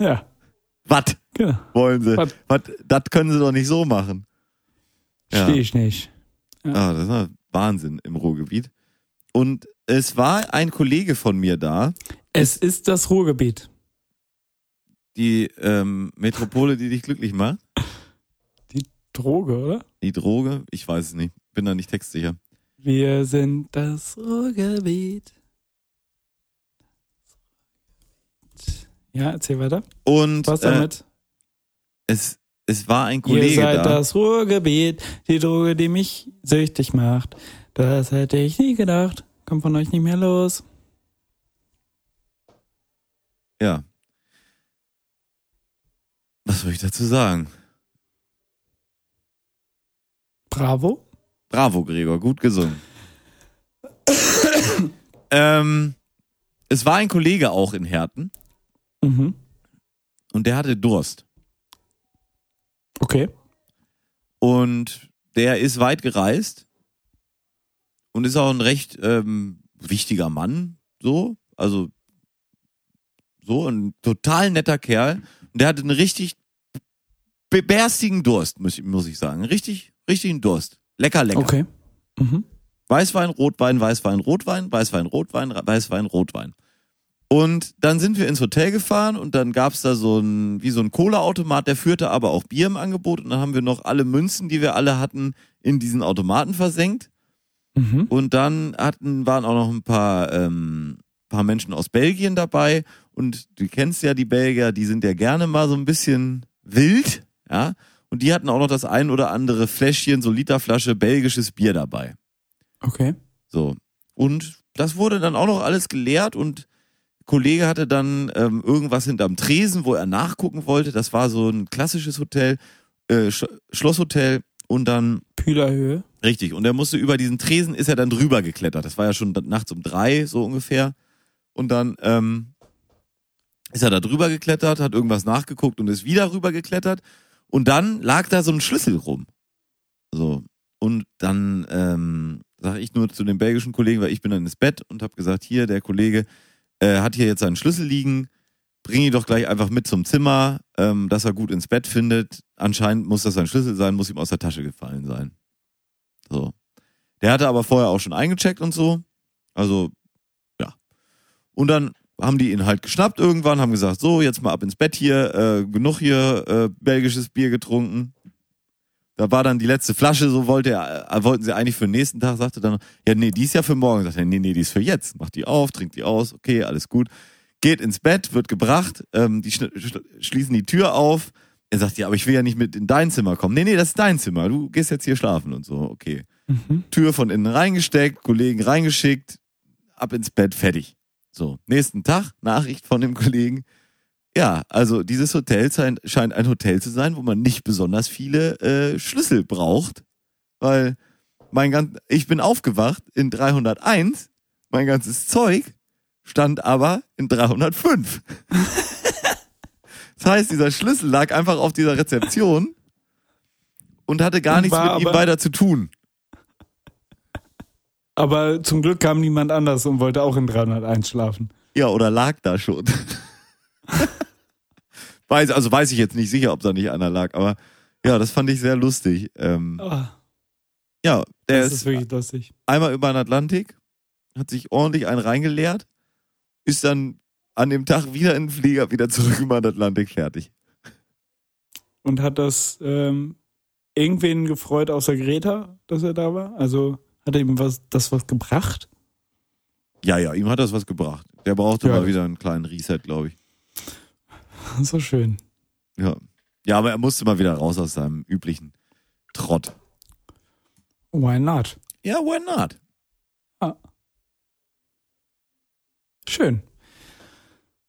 D: Ja,
C: Was
D: genau.
C: wollen sie?
D: Was?
C: Was? Das können sie doch nicht so machen. Ja.
D: Verstehe ich nicht.
C: Ah, das war Wahnsinn im Ruhrgebiet. Und es war ein Kollege von mir da,
D: Es ist das Ruhrgebiet.
C: die ähm, Metropole, die dich glücklich macht.
D: Droge, oder?
C: Die Droge, ich weiß es nicht, bin da nicht textsicher.
D: Wir sind das Ruhrgebiet. Ja, erzähl weiter.
C: Und
D: Was
C: äh,
D: damit?
C: es, es war ein
D: Ihr
C: Kollege
D: seid
C: da.
D: das Ruhrgebiet, die Droge, die mich süchtig macht. Das hätte ich nie gedacht. Kommt von euch nicht mehr los.
C: Ja. Was soll ich dazu sagen?
D: Bravo.
C: Bravo, Gregor, gut gesungen. ähm, es war ein Kollege auch in Herten
D: Mhm.
C: und der hatte Durst.
D: Okay.
C: Und der ist weit gereist und ist auch ein recht ähm, wichtiger Mann, so. Also so ein total netter Kerl. Und der hatte einen richtig bärstigen Durst, muss ich, muss ich sagen. Richtig, richtigen Durst. Lecker, lecker.
D: Okay. Mhm.
C: Weißwein, Rotwein, Weißwein, Rotwein, Weißwein, Rotwein, Ra- Weißwein, Rotwein. Und dann sind wir ins Hotel gefahren und dann gab's da so ein, wie so ein Cola-Automat, der führte aber auch Bier im Angebot und dann haben wir noch alle Münzen, die wir alle hatten, in diesen Automaten versenkt.
D: Mhm.
C: Und dann hatten, waren auch noch ein paar, ähm, paar Menschen aus Belgien dabei und du kennst ja die Belgier, die sind ja gerne mal so ein bisschen wild, ja. Und die hatten auch noch das ein oder andere Fläschchen, so Literflasche belgisches Bier dabei.
D: Okay.
C: So. Und das wurde dann auch noch alles geleert und ein Kollege hatte dann ähm, irgendwas hinterm Tresen, wo er nachgucken wollte. Das war so ein klassisches Hotel, äh, Sch Schlosshotel und dann
D: Pühlerhöhe.
C: richtig. Und er musste über diesen Tresen ist er dann drüber geklettert. Das war ja schon nachts um drei so ungefähr. Und dann ähm, ist er da drüber geklettert, hat irgendwas nachgeguckt und ist wieder rüber geklettert. Und dann lag da so ein Schlüssel rum. So. Und dann ähm, sage ich nur zu dem belgischen Kollegen, weil ich bin dann ins Bett und habe gesagt, hier, der Kollege äh, hat hier jetzt seinen Schlüssel liegen, bring ihn doch gleich einfach mit zum Zimmer, ähm, dass er gut ins Bett findet. Anscheinend muss das sein Schlüssel sein, muss ihm aus der Tasche gefallen sein. So. Der hatte aber vorher auch schon eingecheckt und so. Also, ja. Und dann haben die ihn halt geschnappt irgendwann, haben gesagt, so, jetzt mal ab ins Bett hier, äh, genug hier äh, belgisches Bier getrunken. Da war dann die letzte Flasche, so wollte er, äh, wollten sie eigentlich für den nächsten Tag, sagte dann, ja, nee, die ist ja für morgen. Sagt er, nee, nee, die ist für jetzt. Macht die auf, trinkt die aus, okay, alles gut. Geht ins Bett, wird gebracht, ähm, die schn- schl schließen die Tür auf. Er sagt, ja, aber ich will ja nicht mit in dein Zimmer kommen. Nee, nee, das ist dein Zimmer. Du gehst jetzt hier schlafen und so, okay.
D: Mhm.
C: Tür von innen reingesteckt, Kollegen reingeschickt, ab ins Bett, fertig. So, nächsten Tag, Nachricht von dem Kollegen. Ja, also dieses Hotel scheint, scheint ein Hotel zu sein, wo man nicht besonders viele äh, Schlüssel braucht, weil mein ganz, ich bin aufgewacht in 301, mein ganzes Zeug stand aber in 305. das heißt, dieser Schlüssel lag einfach auf dieser Rezeption und hatte gar
D: Und
C: nichts
D: war
C: mit ihm
D: aber-
C: weiter zu tun.
D: Aber zum Glück kam niemand anders und wollte auch in 301 schlafen.
C: Ja, oder lag da schon. Weiß, also weiß ich jetzt nicht sicher, ob da nicht einer lag, aber ja, das fand ich sehr lustig. Ähm,
D: Oh,
C: ja, der
D: das
C: ist,
D: ist wirklich lustig.
C: einmal über den Atlantik, hat sich ordentlich einen reingeleert, ist dann an dem Tag wieder in den Flieger, wieder zurück über den Atlantik fertig.
D: Und hat das ähm, irgendwen gefreut außer Greta, dass er da war? Also hat er ihm was, das was gebracht?
C: Ja, ja, ihm hat das was gebracht. Der brauchte
D: Ja.
C: mal wieder einen kleinen Reset, glaube ich.
D: So schön.
C: Ja. ja, aber er musste mal wieder raus aus seinem üblichen Trott.
D: Why not?
C: Ja, why not?
D: Schön.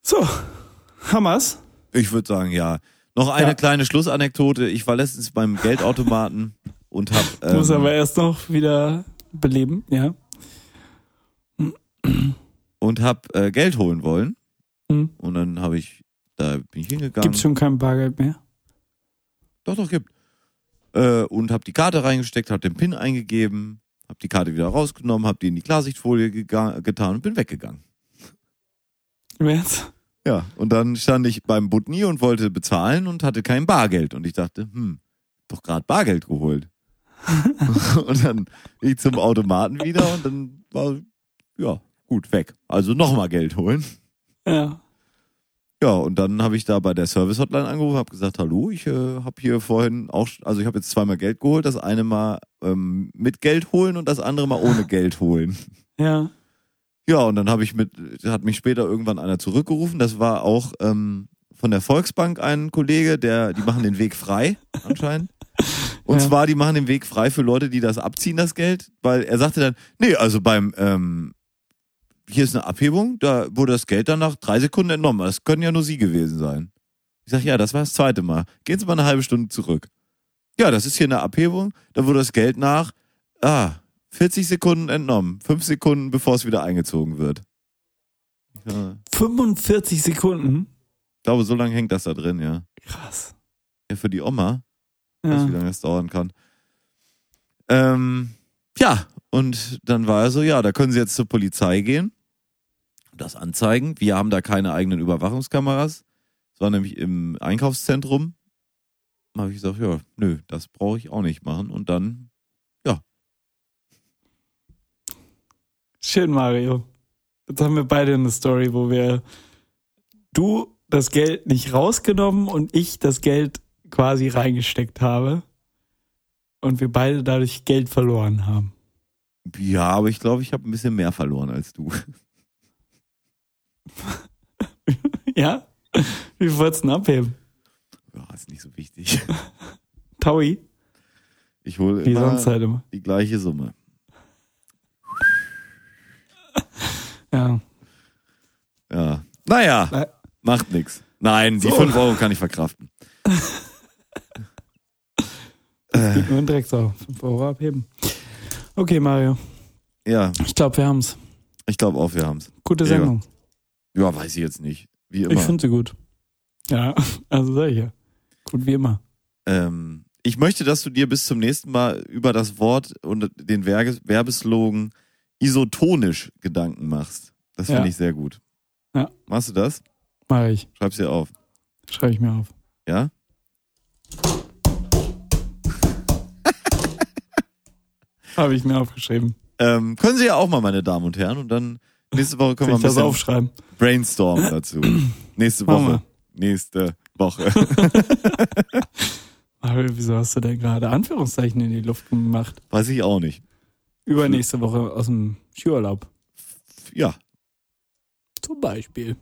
D: So, Hammers.
C: Ich würde sagen, ja. Noch eine
D: Ja.
C: kleine Schlussanekdote. Ich war letztens beim Geldautomaten und habe... Ähm,
D: Muss aber erst noch wieder beleben, ja.
C: und hab äh, Geld holen wollen.
D: Hm.
C: Und dann habe ich, da bin ich hingegangen.
D: Gibt's schon kein Bargeld mehr?
C: Doch, doch, gibt. Äh, und hab die Karte reingesteckt, hab den PIN eingegeben, hab die Karte wieder rausgenommen, hab die in die Klarsichtfolie gega- getan und bin weggegangen.
D: Im Ernst?
C: Ja, und dann stand ich beim Butni und wollte bezahlen und hatte kein Bargeld. Und ich dachte, hm, doch gerade Bargeld geholt. und dann bin ich zum Automaten wieder und dann war, ja, gut, weg. Also nochmal Geld holen.
D: Ja.
C: Ja, und dann habe ich da bei der Service-Hotline angerufen, habe gesagt, hallo, ich äh, habe hier vorhin auch, sch- also ich habe jetzt zweimal Geld geholt, das eine mal ähm, mit Geld holen und das andere mal ohne Geld holen.
D: Ja.
C: Ja, und dann habe ich mit, hat mich später irgendwann einer zurückgerufen, das war auch ähm, von der Volksbank ein Kollege, der, die machen den Weg frei anscheinend. Und
D: Ja.
C: zwar, die machen den Weg frei für Leute, die das abziehen, das Geld, weil er sagte dann, nee, also beim, ähm, hier ist eine Abhebung, da wurde das Geld dann nach drei Sekunden entnommen. Das können ja nur Sie gewesen sein. Ich sage, ja, das war das zweite Mal. Gehen Sie mal eine halbe Stunde zurück. Ja, das ist hier eine Abhebung, da wurde das Geld nach, ah, 40 Sekunden entnommen, fünf Sekunden, bevor es wieder eingezogen wird. Ich äh,
D: 45
C: Mhm.
D: Sekunden?
C: glaube, so lange hängt das da drin, ja.
D: Krass.
C: Ja, für die Oma. weiß,
D: Ja.
C: wie lange das dauern kann. Ähm, ja, und dann war er so, ja, da können Sie jetzt zur Polizei gehen, das anzeigen. Wir haben da keine eigenen Überwachungskameras. Das war nämlich im Einkaufszentrum. Da habe ich gesagt, ja, nö, das brauche ich auch nicht machen. Und dann,
D: Schön, Mario. Jetzt haben wir beide eine Story, wo wir du das Geld nicht rausgenommen und ich das Geld quasi reingesteckt habe. Und wir beide dadurch Geld verloren haben.
C: ja, aber ich glaube, ich habe ein bisschen mehr verloren als du.
D: Ja? Wie viel wolltest du denn abheben?
C: Ja, ist nicht so wichtig.
D: Taui?
C: Ich hole
D: Wie sonst
C: immer
D: halt immer.
C: die gleiche Summe.
D: Ja.
C: Ja. Naja,
D: Na-
C: macht nix. Nein, die
D: So.
C: fünf Euro kann ich verkraften.
D: Das geht nur in Drecksau. 5 Euro abheben. Okay, Mario.
C: Ja,
D: Ich glaube, wir haben's.
C: ich glaube auch, wir haben's.
D: Gute
C: Ja,
D: Sendung.
C: Ja, weiß ich jetzt nicht. Wie
D: ich
C: immer. Ich,
D: finde sie gut. Ja, also sag ich ja. Gut wie immer.
C: ähm, ich möchte, dass du dir bis zum nächsten Mal über das Wort und den Werge- Werbeslogan isotonisch Gedanken machst. Das finde
D: Ja.
C: ich sehr gut.
D: Ja.
C: Machst du das?
D: Mach ich.
C: Schreib's dir auf.
D: Schreibe ich mir auf.
C: Ja?
D: Habe ich mir aufgeschrieben.
C: Ähm, können Sie ja auch mal, meine Damen und Herren. Und dann nächste Woche können
D: Kann
C: wir ein
D: ich das
C: bisschen
D: aufschreiben?
C: brainstormen dazu. nächste
D: Machen
C: Woche. Nächste Woche.
D: Mario, wieso hast du denn gerade Anführungszeichen in die Luft gemacht?
C: weiß ich auch nicht.
D: Übernächste Woche aus dem Skiurlaub.
C: Ja,
D: Zum Beispiel.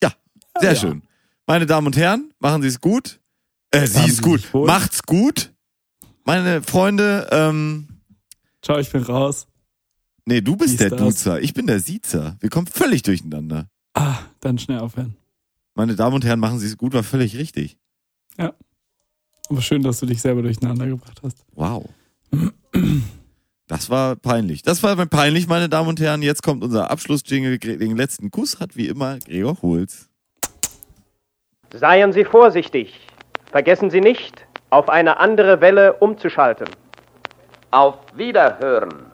C: sehr
D: Ah, Ja.
C: schön. Meine Damen und Herren, machen Sie es gut. Äh, sie
D: Haben
C: ist
D: Sie
C: gut.
D: sich wohl.
C: Macht's gut. Meine Freunde, ähm,
D: Ciao, ich bin raus.
C: Nee, du bist
D: Wie ist
C: der
D: das?
C: Duzer, ich bin der Siezer. Wir kommen völlig durcheinander.
D: Ah, dann schnell aufhören.
C: Meine Damen und Herren, machen Sie es gut, war völlig richtig.
D: Aber schön, dass du dich selber durcheinander gebracht hast.
C: Wow. Das war peinlich. Das war peinlich, meine Damen und Herren. Jetzt kommt unser Abschlussjingle. Gre- Den letzten Kuss hat wie immer Gregor Holz.
F: Seien Sie vorsichtig. Vergessen Sie nicht, auf eine andere Welle umzuschalten.
G: Auf Wiederhören.